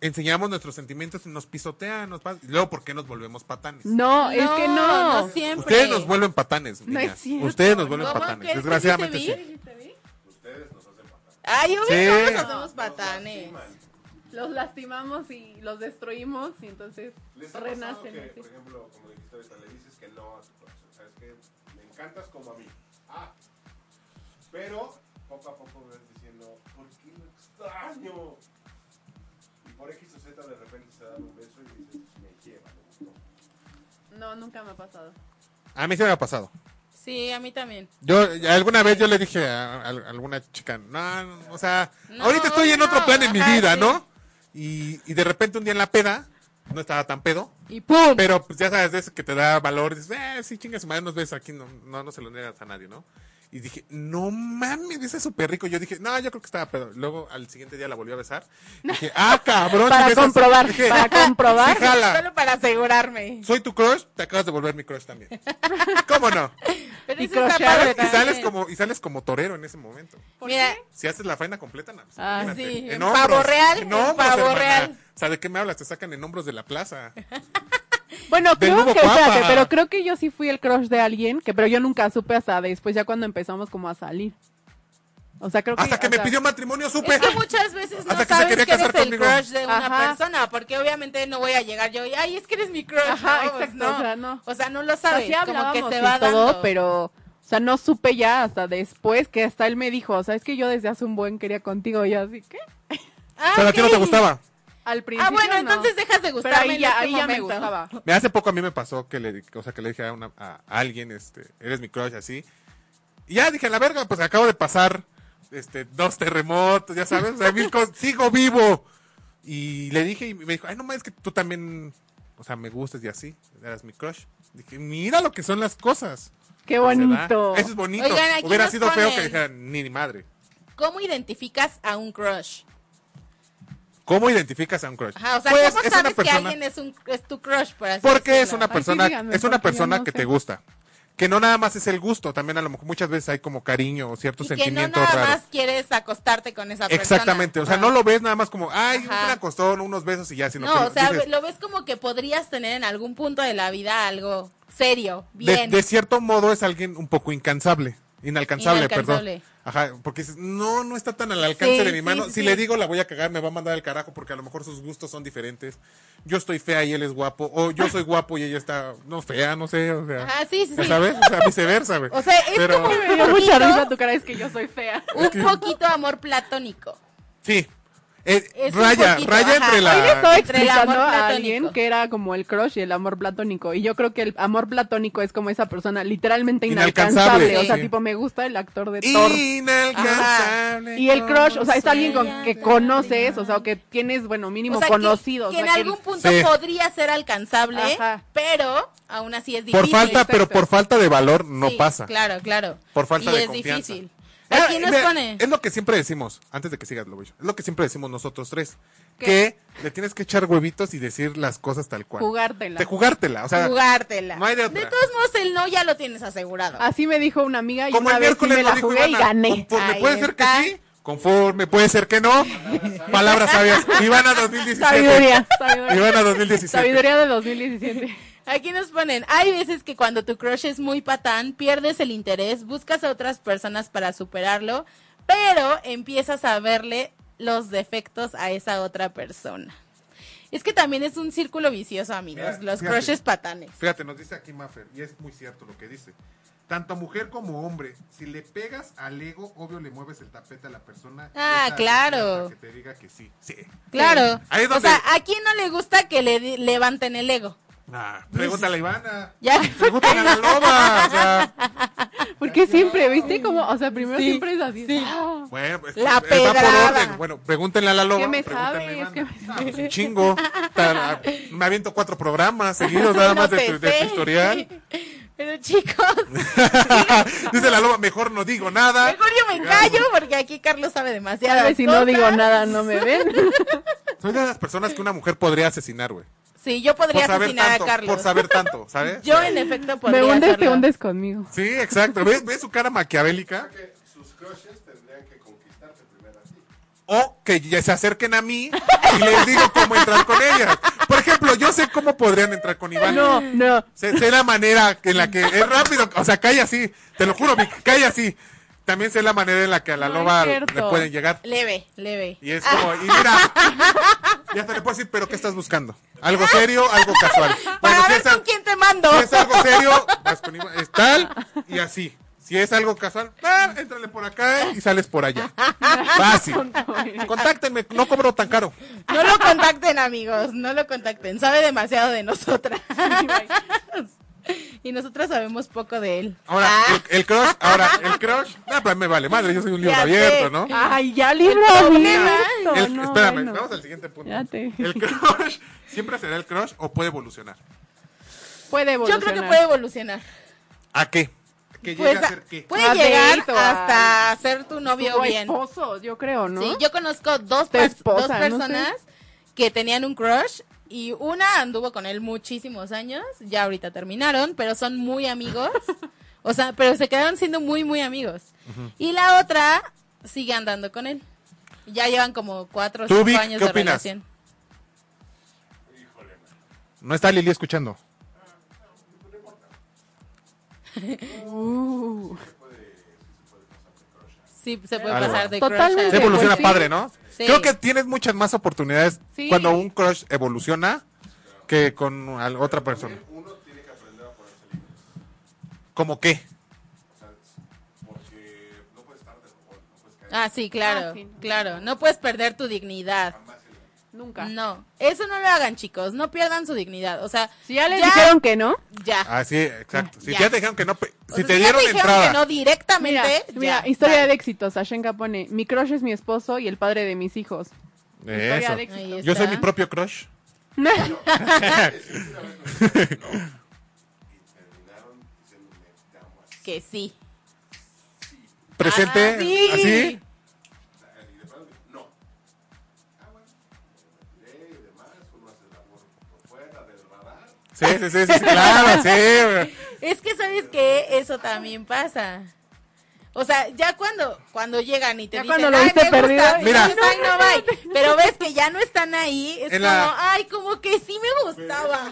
[SPEAKER 4] enseñamos nuestros sentimientos y nos pisotean, nos pas- y luego ¿por qué nos volvemos patanes?
[SPEAKER 5] No, es que no.
[SPEAKER 3] no siempre.
[SPEAKER 4] Ustedes nos vuelven patanes,
[SPEAKER 5] No es
[SPEAKER 4] niñas.
[SPEAKER 5] cierto.
[SPEAKER 4] Ustedes nos vuelven
[SPEAKER 3] ¿Cómo
[SPEAKER 4] patanes,
[SPEAKER 3] crees que
[SPEAKER 4] desgraciadamente
[SPEAKER 3] sí te
[SPEAKER 4] sí.
[SPEAKER 3] vi? Ay, yo
[SPEAKER 4] Sí.
[SPEAKER 3] veo nos hacemos patanes.
[SPEAKER 5] Los lastimamos y los destruimos y entonces renacen.
[SPEAKER 9] Por ejemplo, como dijiste ahorita, le dices que no a tu corazón. Sabes que me encantas como a mí. Ah, pero poco a poco vas diciendo, ¿por qué lo extraño? Y por X o Z de repente se dan un beso y dices, me lleva, me gustó.
[SPEAKER 5] No, nunca me ha pasado.
[SPEAKER 4] A mí se me ha pasado.
[SPEAKER 3] Sí, a mí también.
[SPEAKER 4] Yo eh, alguna vez yo le dije a, a- a alguna chica, no, no, o sea,
[SPEAKER 3] No,
[SPEAKER 4] ahorita estoy en
[SPEAKER 3] no,
[SPEAKER 4] otro plan en mi
[SPEAKER 3] ajá,
[SPEAKER 4] vida,
[SPEAKER 3] sí.
[SPEAKER 4] ¿no? Y, y de repente un día en la peda, no estaba tan pedo,
[SPEAKER 3] Y pum.
[SPEAKER 4] pero pues ya sabes, de eso que te da valor, dices, eh, sí, chinga su madre, nos ves aquí, no, no, no se lo niegas a nadie, ¿no? Y dije, no mames, ese es súper rico. Yo dije, no, yo creo que estaba pedo. Luego al siguiente día la volví a besar. Dije, ah, cabrón.
[SPEAKER 5] Para
[SPEAKER 4] sí besas".
[SPEAKER 5] comprobar,
[SPEAKER 4] Dije,
[SPEAKER 5] para comprobar.
[SPEAKER 4] "Sí, jala,
[SPEAKER 3] Solo para asegurarme.
[SPEAKER 4] soy tu crush, te acabas de volver mi crush también. ¿Cómo no?
[SPEAKER 3] Pero
[SPEAKER 5] Y
[SPEAKER 3] eso está
[SPEAKER 5] crochear.
[SPEAKER 3] padre
[SPEAKER 4] Y sales
[SPEAKER 3] también.
[SPEAKER 4] como, y sales como torero en ese momento.
[SPEAKER 3] Mira,
[SPEAKER 4] Si haces la faena completa, no, pues,
[SPEAKER 5] Ah,
[SPEAKER 4] imagínate,
[SPEAKER 3] sí, en
[SPEAKER 4] hombros,
[SPEAKER 3] pavo real,
[SPEAKER 4] en
[SPEAKER 3] en
[SPEAKER 4] hombros,
[SPEAKER 3] pavo
[SPEAKER 4] hermana.
[SPEAKER 3] real.
[SPEAKER 4] O sea, ¿de qué me hablas? Te sacan en hombros de la plaza.
[SPEAKER 5] Bueno,
[SPEAKER 4] Del
[SPEAKER 5] creo
[SPEAKER 4] nuevo
[SPEAKER 5] que, espérate,
[SPEAKER 4] Papa.
[SPEAKER 5] pero creo que yo sí fui el crush de alguien, que pero yo nunca supe hasta después, ya cuando empezamos como a salir. O sea, creo que...
[SPEAKER 4] Hasta que
[SPEAKER 5] o
[SPEAKER 4] me
[SPEAKER 5] sea,
[SPEAKER 4] pidió matrimonio, supe.
[SPEAKER 3] es que muchas veces no
[SPEAKER 4] Hasta que se
[SPEAKER 3] sabes
[SPEAKER 4] quería
[SPEAKER 3] que eres
[SPEAKER 4] casar
[SPEAKER 3] el
[SPEAKER 4] conmigo.
[SPEAKER 3] crush de una
[SPEAKER 5] Ajá.
[SPEAKER 3] persona, porque obviamente no voy a llegar yo y, ay, es que eres mi crush.
[SPEAKER 5] Ajá,
[SPEAKER 3] no, pues,
[SPEAKER 5] exacto,
[SPEAKER 3] no.
[SPEAKER 5] o sea, no.
[SPEAKER 3] O sea, no lo
[SPEAKER 5] o sea,
[SPEAKER 3] sabes,
[SPEAKER 5] Pues sí
[SPEAKER 3] como que
[SPEAKER 5] hablábamos
[SPEAKER 3] se
[SPEAKER 5] y
[SPEAKER 3] va
[SPEAKER 5] todo,
[SPEAKER 3] dando.
[SPEAKER 5] pero... O sea, no supe ya hasta después que hasta él me dijo, o sea, es que yo desde hace un buen quería contigo, y yo así, ¿qué?
[SPEAKER 3] Ah,
[SPEAKER 4] Pero a ti no
[SPEAKER 3] ok.
[SPEAKER 4] te gustaba.
[SPEAKER 5] Al principio.
[SPEAKER 3] Ah, bueno,
[SPEAKER 5] no.
[SPEAKER 3] entonces dejas de
[SPEAKER 5] Pero
[SPEAKER 3] gustarme.
[SPEAKER 5] ahí
[SPEAKER 3] en
[SPEAKER 5] ya,
[SPEAKER 3] este
[SPEAKER 5] ahí ya me
[SPEAKER 3] momento.
[SPEAKER 5] gustaba.
[SPEAKER 4] Me hace poco a mí me pasó que le, di- o sea, que le dije a, una, a alguien, este, eres mi crush, así. Y ya dije, la verga, pues acabo de pasar, este, dos terremotos, ya sabes, o sea, mil cosas, sigo vivo. Y le dije, y me dijo, ay, no mames, que tú también, o sea, me gustas y así, eras mi crush. Dije, mira lo que son las cosas.
[SPEAKER 5] Qué
[SPEAKER 4] Se da.
[SPEAKER 5] bonito.
[SPEAKER 4] Eso es bonito.
[SPEAKER 3] Oigan, aquí
[SPEAKER 4] Hubiera
[SPEAKER 3] nos
[SPEAKER 4] sido feo que
[SPEAKER 3] ponen.
[SPEAKER 4] dijeran, ni, ni madre.
[SPEAKER 3] ¿Cómo identificas a un crush?
[SPEAKER 4] ¿Cómo identificas a un crush?
[SPEAKER 3] Ajá, o sea,
[SPEAKER 4] Pues,
[SPEAKER 3] ¿cómo
[SPEAKER 4] es una
[SPEAKER 3] sabes que
[SPEAKER 4] persona-
[SPEAKER 3] alguien es, un, es tu crush? Por así
[SPEAKER 4] Porque es
[SPEAKER 3] decirlo?
[SPEAKER 4] una
[SPEAKER 5] sí,
[SPEAKER 4] persona,
[SPEAKER 5] díganme,
[SPEAKER 4] es una
[SPEAKER 5] porque yo
[SPEAKER 4] persona
[SPEAKER 5] no
[SPEAKER 4] que
[SPEAKER 5] sé.
[SPEAKER 4] te gusta. Que no nada más es el gusto, también a lo mejor muchas veces hay como cariño o ciertos
[SPEAKER 3] Y que no
[SPEAKER 4] sentimientos
[SPEAKER 3] nada
[SPEAKER 4] raros.
[SPEAKER 3] más quieres acostarte con esa persona.
[SPEAKER 4] Exactamente, o sea,
[SPEAKER 3] Ah.
[SPEAKER 4] no lo ves nada más como, ay,
[SPEAKER 3] Ajá.
[SPEAKER 4] un acostón, unos besos y ya, sino
[SPEAKER 3] No,
[SPEAKER 4] que
[SPEAKER 3] o sea,
[SPEAKER 4] dices,
[SPEAKER 3] lo ves como que podrías tener en algún punto de la vida algo serio,
[SPEAKER 4] de-
[SPEAKER 3] bien.
[SPEAKER 4] de, cierto modo es alguien un poco incansable, inalcanzable,
[SPEAKER 3] Inalcanzable.
[SPEAKER 4] perdón. Ajá, porque dices, no, no está tan al alcance
[SPEAKER 3] Sí,
[SPEAKER 4] de mi
[SPEAKER 3] sí,
[SPEAKER 4] mano.
[SPEAKER 3] sí,
[SPEAKER 4] si
[SPEAKER 3] sí.
[SPEAKER 4] le digo, la voy a cagar, me va a mandar al carajo porque a lo mejor sus gustos son diferentes. Yo estoy fea y él es guapo, o yo soy guapo y ella está, no, fea, no sé, o sea.
[SPEAKER 3] Ajá, sí, sí,
[SPEAKER 4] ya
[SPEAKER 3] sí.
[SPEAKER 4] ¿Sabes? O sea, viceversa, güey.
[SPEAKER 3] O sea, es
[SPEAKER 4] Pero-
[SPEAKER 3] como
[SPEAKER 5] Me dio mucha risa tu cara, es que yo soy fea.
[SPEAKER 3] un poquito amor platónico.
[SPEAKER 4] Sí. Eh,
[SPEAKER 3] Es un
[SPEAKER 4] raya,
[SPEAKER 3] poquito,
[SPEAKER 4] raya
[SPEAKER 3] ajá.
[SPEAKER 4] entre
[SPEAKER 5] Hoy le
[SPEAKER 4] la.
[SPEAKER 5] estaba
[SPEAKER 3] Entre el amor
[SPEAKER 5] explicando a alguien
[SPEAKER 3] platónico.
[SPEAKER 5] que era como el crush y el amor platónico. Y yo creo que el amor platónico es como esa persona literalmente
[SPEAKER 4] Inalcanzable,
[SPEAKER 5] inalcanzable.
[SPEAKER 3] sí.
[SPEAKER 5] O sea,
[SPEAKER 4] Sí.
[SPEAKER 5] tipo, me gusta el actor de Thor.
[SPEAKER 4] Inalcanzable.
[SPEAKER 5] Y el crush, o sea, es
[SPEAKER 4] como
[SPEAKER 5] alguien con,
[SPEAKER 4] soy.
[SPEAKER 5] que conoces, o sea, o que tienes, bueno, mínimo
[SPEAKER 3] o sea, que-
[SPEAKER 5] conocido. o
[SPEAKER 3] Que,
[SPEAKER 5] sea,
[SPEAKER 3] en
[SPEAKER 5] que-
[SPEAKER 3] algún punto
[SPEAKER 4] Sí.
[SPEAKER 3] podría ser alcanzable,
[SPEAKER 5] Ajá.
[SPEAKER 3] pero aún así es
[SPEAKER 4] Por
[SPEAKER 3] difícil.
[SPEAKER 4] falta, pero
[SPEAKER 5] exacto.
[SPEAKER 4] por falta de valor no
[SPEAKER 3] Sí,
[SPEAKER 4] pasa.
[SPEAKER 3] Claro, claro.
[SPEAKER 4] Por falta
[SPEAKER 3] y
[SPEAKER 4] de
[SPEAKER 3] es
[SPEAKER 4] confianza.
[SPEAKER 3] difícil.
[SPEAKER 4] Ah,
[SPEAKER 3] Aquí nos
[SPEAKER 4] mira,
[SPEAKER 3] pone.
[SPEAKER 4] Es lo que siempre decimos, antes de que sigas, lo es lo que siempre decimos nosotros tres, que le tienes que echar huevitos y decir las cosas tal cual.
[SPEAKER 5] Jugártela.
[SPEAKER 4] De jugártela, o sea,
[SPEAKER 3] jugártela.
[SPEAKER 4] no hay de otra.
[SPEAKER 3] todos modos, el no ya lo tienes asegurado.
[SPEAKER 5] Así me dijo una amiga y
[SPEAKER 4] como
[SPEAKER 5] una
[SPEAKER 4] el
[SPEAKER 5] vez sí
[SPEAKER 4] miércoles
[SPEAKER 5] me
[SPEAKER 4] lo
[SPEAKER 5] la
[SPEAKER 4] dijo
[SPEAKER 5] jugué y
[SPEAKER 4] Ivana,
[SPEAKER 5] gané.
[SPEAKER 4] Conforme
[SPEAKER 3] Ahí
[SPEAKER 4] puede ser que
[SPEAKER 3] está.
[SPEAKER 4] sí, conforme puede ser que no. Palabras sabias. Ivana 2017.
[SPEAKER 5] Sabiduría, sabiduría.
[SPEAKER 4] Ivana 2017.
[SPEAKER 5] Sabiduría de 2017.
[SPEAKER 3] Aquí nos ponen, hay veces que cuando tu crush es muy patán, pierdes el interés, buscas a otras personas para superarlo, pero empiezas a verle los defectos a esa otra persona. Es que también es un círculo vicioso, amigos,
[SPEAKER 4] Mira,
[SPEAKER 3] los
[SPEAKER 4] fíjate.
[SPEAKER 3] crushes patanes.
[SPEAKER 4] Fíjate, nos dice aquí Maffer, y es muy cierto lo que dice. Tanto mujer como hombre, si le pegas al ego, obvio le mueves el tapete a la persona.
[SPEAKER 3] Ah,
[SPEAKER 4] Esa-
[SPEAKER 3] claro.
[SPEAKER 4] para Que te diga que sí. Sí.
[SPEAKER 3] Claro.
[SPEAKER 4] Ahí es
[SPEAKER 3] O
[SPEAKER 4] donde-
[SPEAKER 3] sea, ¿a quién no le gusta que le di- levanten el ego?
[SPEAKER 4] Ah,
[SPEAKER 5] Pues
[SPEAKER 4] pregúntale a Ivana.
[SPEAKER 3] Ya.
[SPEAKER 4] Pregúntale a la loba. o sea,
[SPEAKER 5] Porque siempre, ¿viste? Como, o sea, primero siempre es así. ¡Ah!
[SPEAKER 4] bueno, pues,
[SPEAKER 3] La
[SPEAKER 4] eh, va
[SPEAKER 3] pedrada.
[SPEAKER 4] por orden. Bueno, pregúntenle a la loba.
[SPEAKER 5] ¿Qué me
[SPEAKER 4] pregúntale
[SPEAKER 5] sabes?
[SPEAKER 4] a Ivana.
[SPEAKER 5] ¿Qué me
[SPEAKER 4] Ah, pues, un chingo. Ta- Me aviento cuatro programas seguidos nada
[SPEAKER 3] No
[SPEAKER 4] más de
[SPEAKER 3] te
[SPEAKER 4] tu, de tu
[SPEAKER 3] sé.
[SPEAKER 4] historial.
[SPEAKER 3] Pero chicos,
[SPEAKER 4] Dice la loba, mejor no digo nada.
[SPEAKER 3] mejor yo me callo porque aquí Carlos sabe demasiado.
[SPEAKER 5] Ahora, si no digo nada, no me ven.
[SPEAKER 4] Soy de las personas que una mujer podría asesinar, güey.
[SPEAKER 3] Sí, yo
[SPEAKER 4] Por
[SPEAKER 3] podría
[SPEAKER 4] saber
[SPEAKER 3] asesinar
[SPEAKER 4] tanto,
[SPEAKER 3] a Carlos.
[SPEAKER 4] por saber ¿eh? tanto, ¿sabes?
[SPEAKER 3] Yo en efecto podría
[SPEAKER 5] Me hundes, te
[SPEAKER 3] hacerlo.
[SPEAKER 5] hundes conmigo.
[SPEAKER 4] Sí, exacto. ¿Ves, ves su cara maquiavélica?
[SPEAKER 9] Que sus crushes tendrían que conquistarte primero a ti.
[SPEAKER 4] O que ya se acerquen a mí y les digo cómo entrar con ellas. Por ejemplo, yo sé cómo podrían entrar con Iván.
[SPEAKER 5] No, no.
[SPEAKER 4] Sé, sé la manera en la que es rápido. O sea, calla así. Te lo juro, Vic, calla así. También sé la manera en la que a la
[SPEAKER 5] No es
[SPEAKER 4] loba le
[SPEAKER 5] cierto.
[SPEAKER 4] pueden llegar.
[SPEAKER 3] Leve, leve.
[SPEAKER 4] Y es como, y mira, ya te le puedo decir, pero ¿qué estás buscando? ¿Algo serio? ¿Algo casual?
[SPEAKER 3] Para
[SPEAKER 4] Bueno, si
[SPEAKER 3] ver
[SPEAKER 4] es al-
[SPEAKER 3] con quién te mando.
[SPEAKER 4] Si es algo serio, vas con Iván. es tal y así. Si es algo casual, ah, éntrale por acá y sales por allá. Fácil. Contáctenme, no cobro tan caro.
[SPEAKER 3] No lo contacten, amigos. No lo contacten. Sabe demasiado de nosotras. y nosotras sabemos poco de él.
[SPEAKER 4] Ahora,
[SPEAKER 3] Ah,
[SPEAKER 4] el, el crush, ahora, el crush, no, pero a mí me vale madre, yo soy un libro
[SPEAKER 3] Ya
[SPEAKER 4] abierto,
[SPEAKER 3] sé.
[SPEAKER 4] ¿no?
[SPEAKER 5] Ay, ya libro
[SPEAKER 3] problema-
[SPEAKER 5] abierto,
[SPEAKER 4] El-
[SPEAKER 5] no,
[SPEAKER 4] espérame,
[SPEAKER 5] bueno.
[SPEAKER 4] vamos al siguiente punto.
[SPEAKER 5] Ya te-
[SPEAKER 4] El crush, ¿siempre será el crush o puede evolucionar?
[SPEAKER 5] Puede
[SPEAKER 3] yo
[SPEAKER 5] evolucionar.
[SPEAKER 3] creo que puede evolucionar.
[SPEAKER 4] ¿A qué? ¿Que llegue
[SPEAKER 3] Pues,
[SPEAKER 4] a ser qué?
[SPEAKER 3] puede
[SPEAKER 5] A
[SPEAKER 3] llegar
[SPEAKER 5] date o a-
[SPEAKER 3] hasta ser tu novio
[SPEAKER 5] O
[SPEAKER 3] bien.
[SPEAKER 5] esposo, yo creo, ¿no?
[SPEAKER 3] Sí, yo conozco dos,
[SPEAKER 5] Tu
[SPEAKER 3] pers-
[SPEAKER 5] esposa,
[SPEAKER 3] dos
[SPEAKER 5] no sé.
[SPEAKER 3] personas que tenían un crush y una anduvo con él muchísimos años, ya ahorita terminaron, pero son muy amigos. o sea, pero se quedaron siendo muy, muy amigos. Y la otra sigue andando con él. Ya llevan como cuatro o
[SPEAKER 4] ¿Tú,
[SPEAKER 3] cinco
[SPEAKER 4] Vic,
[SPEAKER 3] años
[SPEAKER 4] qué
[SPEAKER 3] de
[SPEAKER 4] opinas?
[SPEAKER 3] relación.
[SPEAKER 4] No está Lili escuchando.
[SPEAKER 5] Uh,
[SPEAKER 3] Sí, se puede
[SPEAKER 4] Algo.
[SPEAKER 3] pasar de crush a-
[SPEAKER 5] Totalmente.
[SPEAKER 4] Se
[SPEAKER 5] Pues
[SPEAKER 4] evoluciona
[SPEAKER 5] sí.
[SPEAKER 4] padre, ¿no?
[SPEAKER 3] Sí.
[SPEAKER 4] Creo que tienes muchas más oportunidades
[SPEAKER 5] Sí.
[SPEAKER 4] cuando un crush evoluciona que con al- otra persona.
[SPEAKER 9] Uno tiene que aprender a ponerse límites.
[SPEAKER 4] ¿Como qué?
[SPEAKER 9] O sea, porque no puedes estar de robot, no puedes caer.
[SPEAKER 3] Ah, sí, claro,
[SPEAKER 5] Ah, sí, no.
[SPEAKER 3] claro. No puedes perder tu dignidad.
[SPEAKER 5] Nunca.
[SPEAKER 3] No, eso no lo hagan, chicos. No pierdan su dignidad. O sea,
[SPEAKER 5] Si ya les dijeron que no,
[SPEAKER 3] Ya.
[SPEAKER 4] Así, Ah, exacto. Si
[SPEAKER 3] Ya.
[SPEAKER 4] ya, te dijeron que no, pe-
[SPEAKER 3] O
[SPEAKER 4] si
[SPEAKER 3] sea,
[SPEAKER 4] te
[SPEAKER 3] ya
[SPEAKER 4] dieron
[SPEAKER 3] dijeron
[SPEAKER 4] entrada.
[SPEAKER 3] que no
[SPEAKER 5] mira,
[SPEAKER 3] directamente.
[SPEAKER 5] mira,
[SPEAKER 3] ya,
[SPEAKER 5] historia
[SPEAKER 3] bye.
[SPEAKER 5] de éxitos. Ashenka pone, mi crush es mi esposo y el padre de mis hijos. Historia
[SPEAKER 4] Eso.
[SPEAKER 5] de
[SPEAKER 3] Ahí
[SPEAKER 5] éxitos.
[SPEAKER 4] Yo soy
[SPEAKER 3] está.
[SPEAKER 4] mi propio crush.
[SPEAKER 3] Que sí.
[SPEAKER 4] Presente.
[SPEAKER 3] Ah, sí.
[SPEAKER 4] Así.
[SPEAKER 9] Ah,
[SPEAKER 4] Sí, sí, sí, sí, sí, claro, sí.
[SPEAKER 3] Es que sabes que eso también pasa. O sea, ya cuando cuando llegan y te
[SPEAKER 5] Ya
[SPEAKER 3] dicen,
[SPEAKER 5] cuando lo
[SPEAKER 3] "Ay,
[SPEAKER 5] viste
[SPEAKER 3] me gusta",
[SPEAKER 5] perdido.
[SPEAKER 3] y
[SPEAKER 4] Mira.
[SPEAKER 3] dices, "Ay, no, bye". Pero ves que ya no están ahí, es como,
[SPEAKER 4] En la-
[SPEAKER 3] ay, como que sí me gustaba.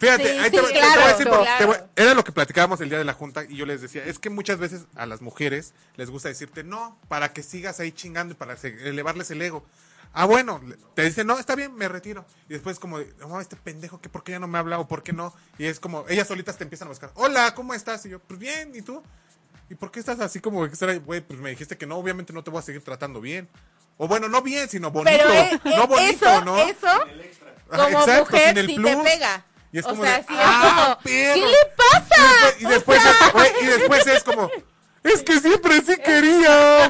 [SPEAKER 4] Fíjate,
[SPEAKER 3] Sí,
[SPEAKER 4] ahí te,
[SPEAKER 3] sí,
[SPEAKER 4] voy- te
[SPEAKER 3] claro,
[SPEAKER 4] voy a decir, por-
[SPEAKER 3] claro.
[SPEAKER 4] te voy- era lo que platicábamos el día de la junta y yo les decía, es que muchas veces a las mujeres les gusta decirte no, para que sigas ahí chingando y para se- elevarles el ego. Ah, bueno, le- te dicen, no, está bien, me retiro. Y después como, de, no, este pendejo, ¿qué, ¿por qué ya no me habla o por qué no? Y es como, ellas solitas te empiezan a buscar, hola, ¿cómo estás? Y yo, pues bien, ¿y tú? ¿Y por qué estás así como extra? Güey, pues me dijiste que no, obviamente no te voy a seguir tratando bien. O bueno, no bien, sino bonito.
[SPEAKER 3] Pero eh, eh,
[SPEAKER 4] no bonito,
[SPEAKER 3] eso,
[SPEAKER 4] ¿no?
[SPEAKER 3] eso
[SPEAKER 4] Ajá,
[SPEAKER 3] como
[SPEAKER 4] exacto,
[SPEAKER 3] mujer
[SPEAKER 4] sin el
[SPEAKER 3] sí te
[SPEAKER 4] plus.
[SPEAKER 3] pega.
[SPEAKER 4] Y es
[SPEAKER 3] o
[SPEAKER 4] como
[SPEAKER 3] sea,
[SPEAKER 4] de,
[SPEAKER 3] sí
[SPEAKER 4] ¡ah,
[SPEAKER 3] es como,
[SPEAKER 4] perro!
[SPEAKER 3] ¿qué le pasa?
[SPEAKER 4] Y después, y después- güey, y después es como, es que siempre sí quería.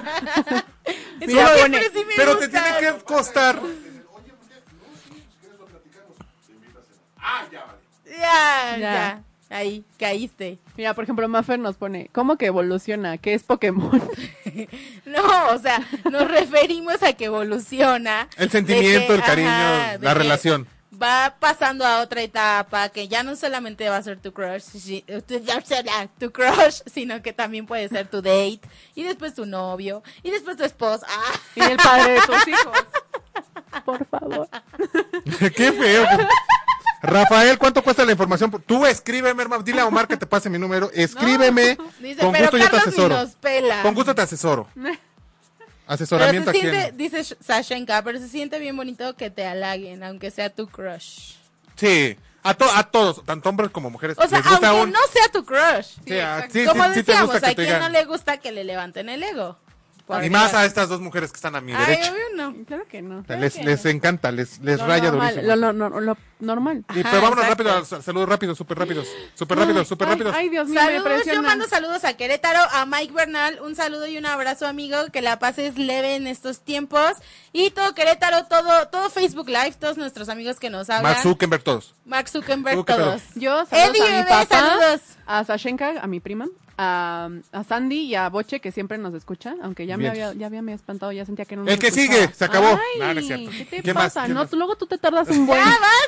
[SPEAKER 3] Es
[SPEAKER 4] Solo-
[SPEAKER 3] que siempre sí me
[SPEAKER 4] pero te
[SPEAKER 3] gusta.
[SPEAKER 4] tiene que costar.
[SPEAKER 3] Ya, ya,
[SPEAKER 5] Ya.
[SPEAKER 3] ahí caíste.
[SPEAKER 5] Mira, por ejemplo, Maffer nos pone, ¿cómo que evoluciona? ¿Qué es Pokémon?
[SPEAKER 3] No, o sea, nos referimos a que evoluciona.
[SPEAKER 4] El sentimiento,
[SPEAKER 3] de
[SPEAKER 4] el cariño,
[SPEAKER 3] ajá, de
[SPEAKER 4] la
[SPEAKER 3] que
[SPEAKER 4] relación.
[SPEAKER 3] Va pasando a otra etapa que ya no solamente va a ser tu crush, si- tu, ya será tu crush, sino que también puede ser tu date y después tu novio y después tu esposa. Ah,
[SPEAKER 5] y el padre de tus hijos. Por favor.
[SPEAKER 4] Qué feo. Rafael, ¿cuánto cuesta la información? Tú escríbeme, hermano. Dile a Omar que te pase mi número. Escríbeme.
[SPEAKER 3] dice,
[SPEAKER 4] Con
[SPEAKER 3] pero
[SPEAKER 4] gusto yo te
[SPEAKER 3] Carlos ni
[SPEAKER 4] asesoro.
[SPEAKER 3] nos pela.
[SPEAKER 4] Con gusto te asesoro.
[SPEAKER 3] pero
[SPEAKER 4] Asesoramiento
[SPEAKER 3] se
[SPEAKER 4] aquí.
[SPEAKER 3] siente,
[SPEAKER 4] en-
[SPEAKER 3] dice Sh- Sashenka, pero se siente bien bonito que te halaguen, aunque sea tu crush.
[SPEAKER 4] Sí. A, to- a todos, tanto hombres como mujeres.
[SPEAKER 3] O sea,
[SPEAKER 4] les gusta
[SPEAKER 3] aunque
[SPEAKER 4] un-
[SPEAKER 3] no sea tu crush.
[SPEAKER 4] Sí, ah, sí, sí,
[SPEAKER 3] Como
[SPEAKER 4] sí te
[SPEAKER 3] decíamos,
[SPEAKER 4] gusta que
[SPEAKER 3] a
[SPEAKER 4] te
[SPEAKER 3] quien
[SPEAKER 4] digan.
[SPEAKER 3] no le gusta que le levanten el ego.
[SPEAKER 4] Y
[SPEAKER 3] Por
[SPEAKER 4] más
[SPEAKER 3] Dios.
[SPEAKER 4] a estas dos mujeres que están a mi
[SPEAKER 3] Ay,
[SPEAKER 4] derecha.
[SPEAKER 3] obvio no.
[SPEAKER 5] Claro que no.
[SPEAKER 4] Les, les encanta, les, les
[SPEAKER 5] Lo
[SPEAKER 4] raya pues,
[SPEAKER 5] normal,
[SPEAKER 4] durísimo.
[SPEAKER 5] Lo, lo- no- lo normal.
[SPEAKER 4] Y
[SPEAKER 3] Ajá,
[SPEAKER 4] pero vámonos
[SPEAKER 3] exacto.
[SPEAKER 4] rápido, a los saludos rápidos, súper rápidos, súper rápidos, súper
[SPEAKER 5] Ay,
[SPEAKER 4] rápidos.
[SPEAKER 5] Ay, Dios mío, Pues me
[SPEAKER 3] Saludos, yo
[SPEAKER 5] impresiona.
[SPEAKER 3] mando saludos a Querétaro, a Mike Bernal, un saludo y un abrazo amigo, que la pases leve en estos tiempos y todo Querétaro, todo, todo Facebook Live, todos nuestros amigos que nos hablan,
[SPEAKER 4] Mark Zuckerberg, todos.
[SPEAKER 3] Mark Zuckerberg,
[SPEAKER 4] Zuckerberg.
[SPEAKER 3] todos.
[SPEAKER 5] Yo saludos
[SPEAKER 3] Eddie
[SPEAKER 5] a mi
[SPEAKER 3] Bebé,
[SPEAKER 5] papá,
[SPEAKER 3] saludos.
[SPEAKER 5] a Sashenka, a mi prima, a, a Sandy y a Boche, que siempre nos escucha, aunque ya me
[SPEAKER 4] Bien.
[SPEAKER 5] había, ya había me espantado, ya sentía que no nos
[SPEAKER 4] El que
[SPEAKER 5] escuchaba.
[SPEAKER 4] sigue, se acabó.
[SPEAKER 5] Ay,
[SPEAKER 4] No, no es cierto.
[SPEAKER 5] ¿Qué te
[SPEAKER 4] ¿Quién más?
[SPEAKER 5] pasa?
[SPEAKER 4] ¿Quién
[SPEAKER 5] no,
[SPEAKER 4] más?
[SPEAKER 5] tú- luego tú te tardas un buen...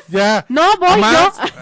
[SPEAKER 4] Ya.
[SPEAKER 5] No, voy
[SPEAKER 4] a Mars,
[SPEAKER 5] yo.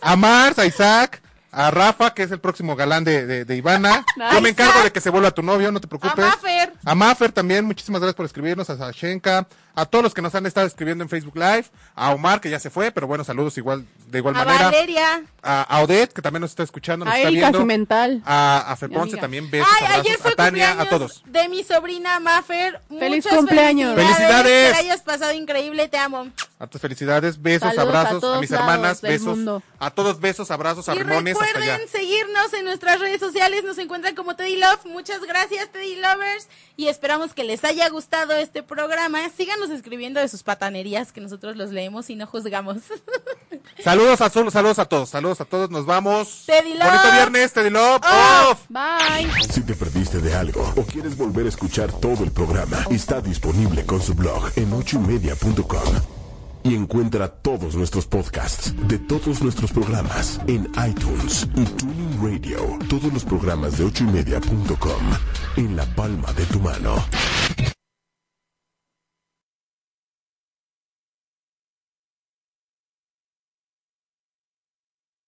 [SPEAKER 4] A Mars, a Isaac, a Rafa, que es el próximo galán de, de- de Ivana. Yo me encargo de que se vuelva tu novio, no te
[SPEAKER 3] A
[SPEAKER 4] preocupes.
[SPEAKER 3] Maffer,
[SPEAKER 4] A Maffer también, muchísimas gracias por escribirnos, a Sashenka, a todos los que nos han estado escribiendo en Facebook Live, a Omar, que ya se fue, pero bueno, saludos igual, de igual
[SPEAKER 3] a
[SPEAKER 4] manera.
[SPEAKER 3] Valeria.
[SPEAKER 4] a, a Odette, que también nos está escuchando, nos
[SPEAKER 5] A
[SPEAKER 4] está
[SPEAKER 5] Erika
[SPEAKER 4] viendo.
[SPEAKER 5] Cimental.
[SPEAKER 4] A, a
[SPEAKER 5] Mi
[SPEAKER 4] Feponce
[SPEAKER 5] amiga.
[SPEAKER 4] también, besos,
[SPEAKER 3] Ay,
[SPEAKER 4] abrazos,
[SPEAKER 3] ayer fue
[SPEAKER 4] a Tania,
[SPEAKER 3] cumpleaños
[SPEAKER 4] a todos.
[SPEAKER 3] de mi sobrina Maffer.
[SPEAKER 5] ¡Feliz
[SPEAKER 3] Muchas
[SPEAKER 5] cumpleaños!
[SPEAKER 4] ¡Felicidades!
[SPEAKER 3] Que la hayas pasado increíble, te amo.
[SPEAKER 4] A tus felicidades, besos,
[SPEAKER 5] Saludos a
[SPEAKER 4] abrazos, a,
[SPEAKER 5] todos
[SPEAKER 4] mis
[SPEAKER 5] lados
[SPEAKER 4] hermanas,
[SPEAKER 5] del
[SPEAKER 4] besos.
[SPEAKER 5] mundo.
[SPEAKER 4] A todos besos, abrazos,
[SPEAKER 3] y
[SPEAKER 4] arrimones, hasta allá.
[SPEAKER 3] recuerden seguirnos en nuestras redes sociales, nos encuentran como Teddy Love. Muchas gracias, Teddy Lovers, y esperamos que les haya gustado este programa. Síganos escribiendo de sus patanerías que nosotros los leemos y no juzgamos.
[SPEAKER 4] Saludos a sol- saludos a todos, saludos a todos, nos vamos.
[SPEAKER 3] Teddy Love.
[SPEAKER 4] Bonito viernes, Teddy Love.
[SPEAKER 5] Ah.
[SPEAKER 4] Off.
[SPEAKER 5] Bye.
[SPEAKER 6] Si te perdiste de algo o quieres volver a escuchar todo el programa, está disponible con su blog en ochoymedia.com. Y encuentra todos nuestros podcasts de todos nuestros programas en iTunes y Tuning Radio. Todos los programas de ochoymedia.com en la palma de tu mano.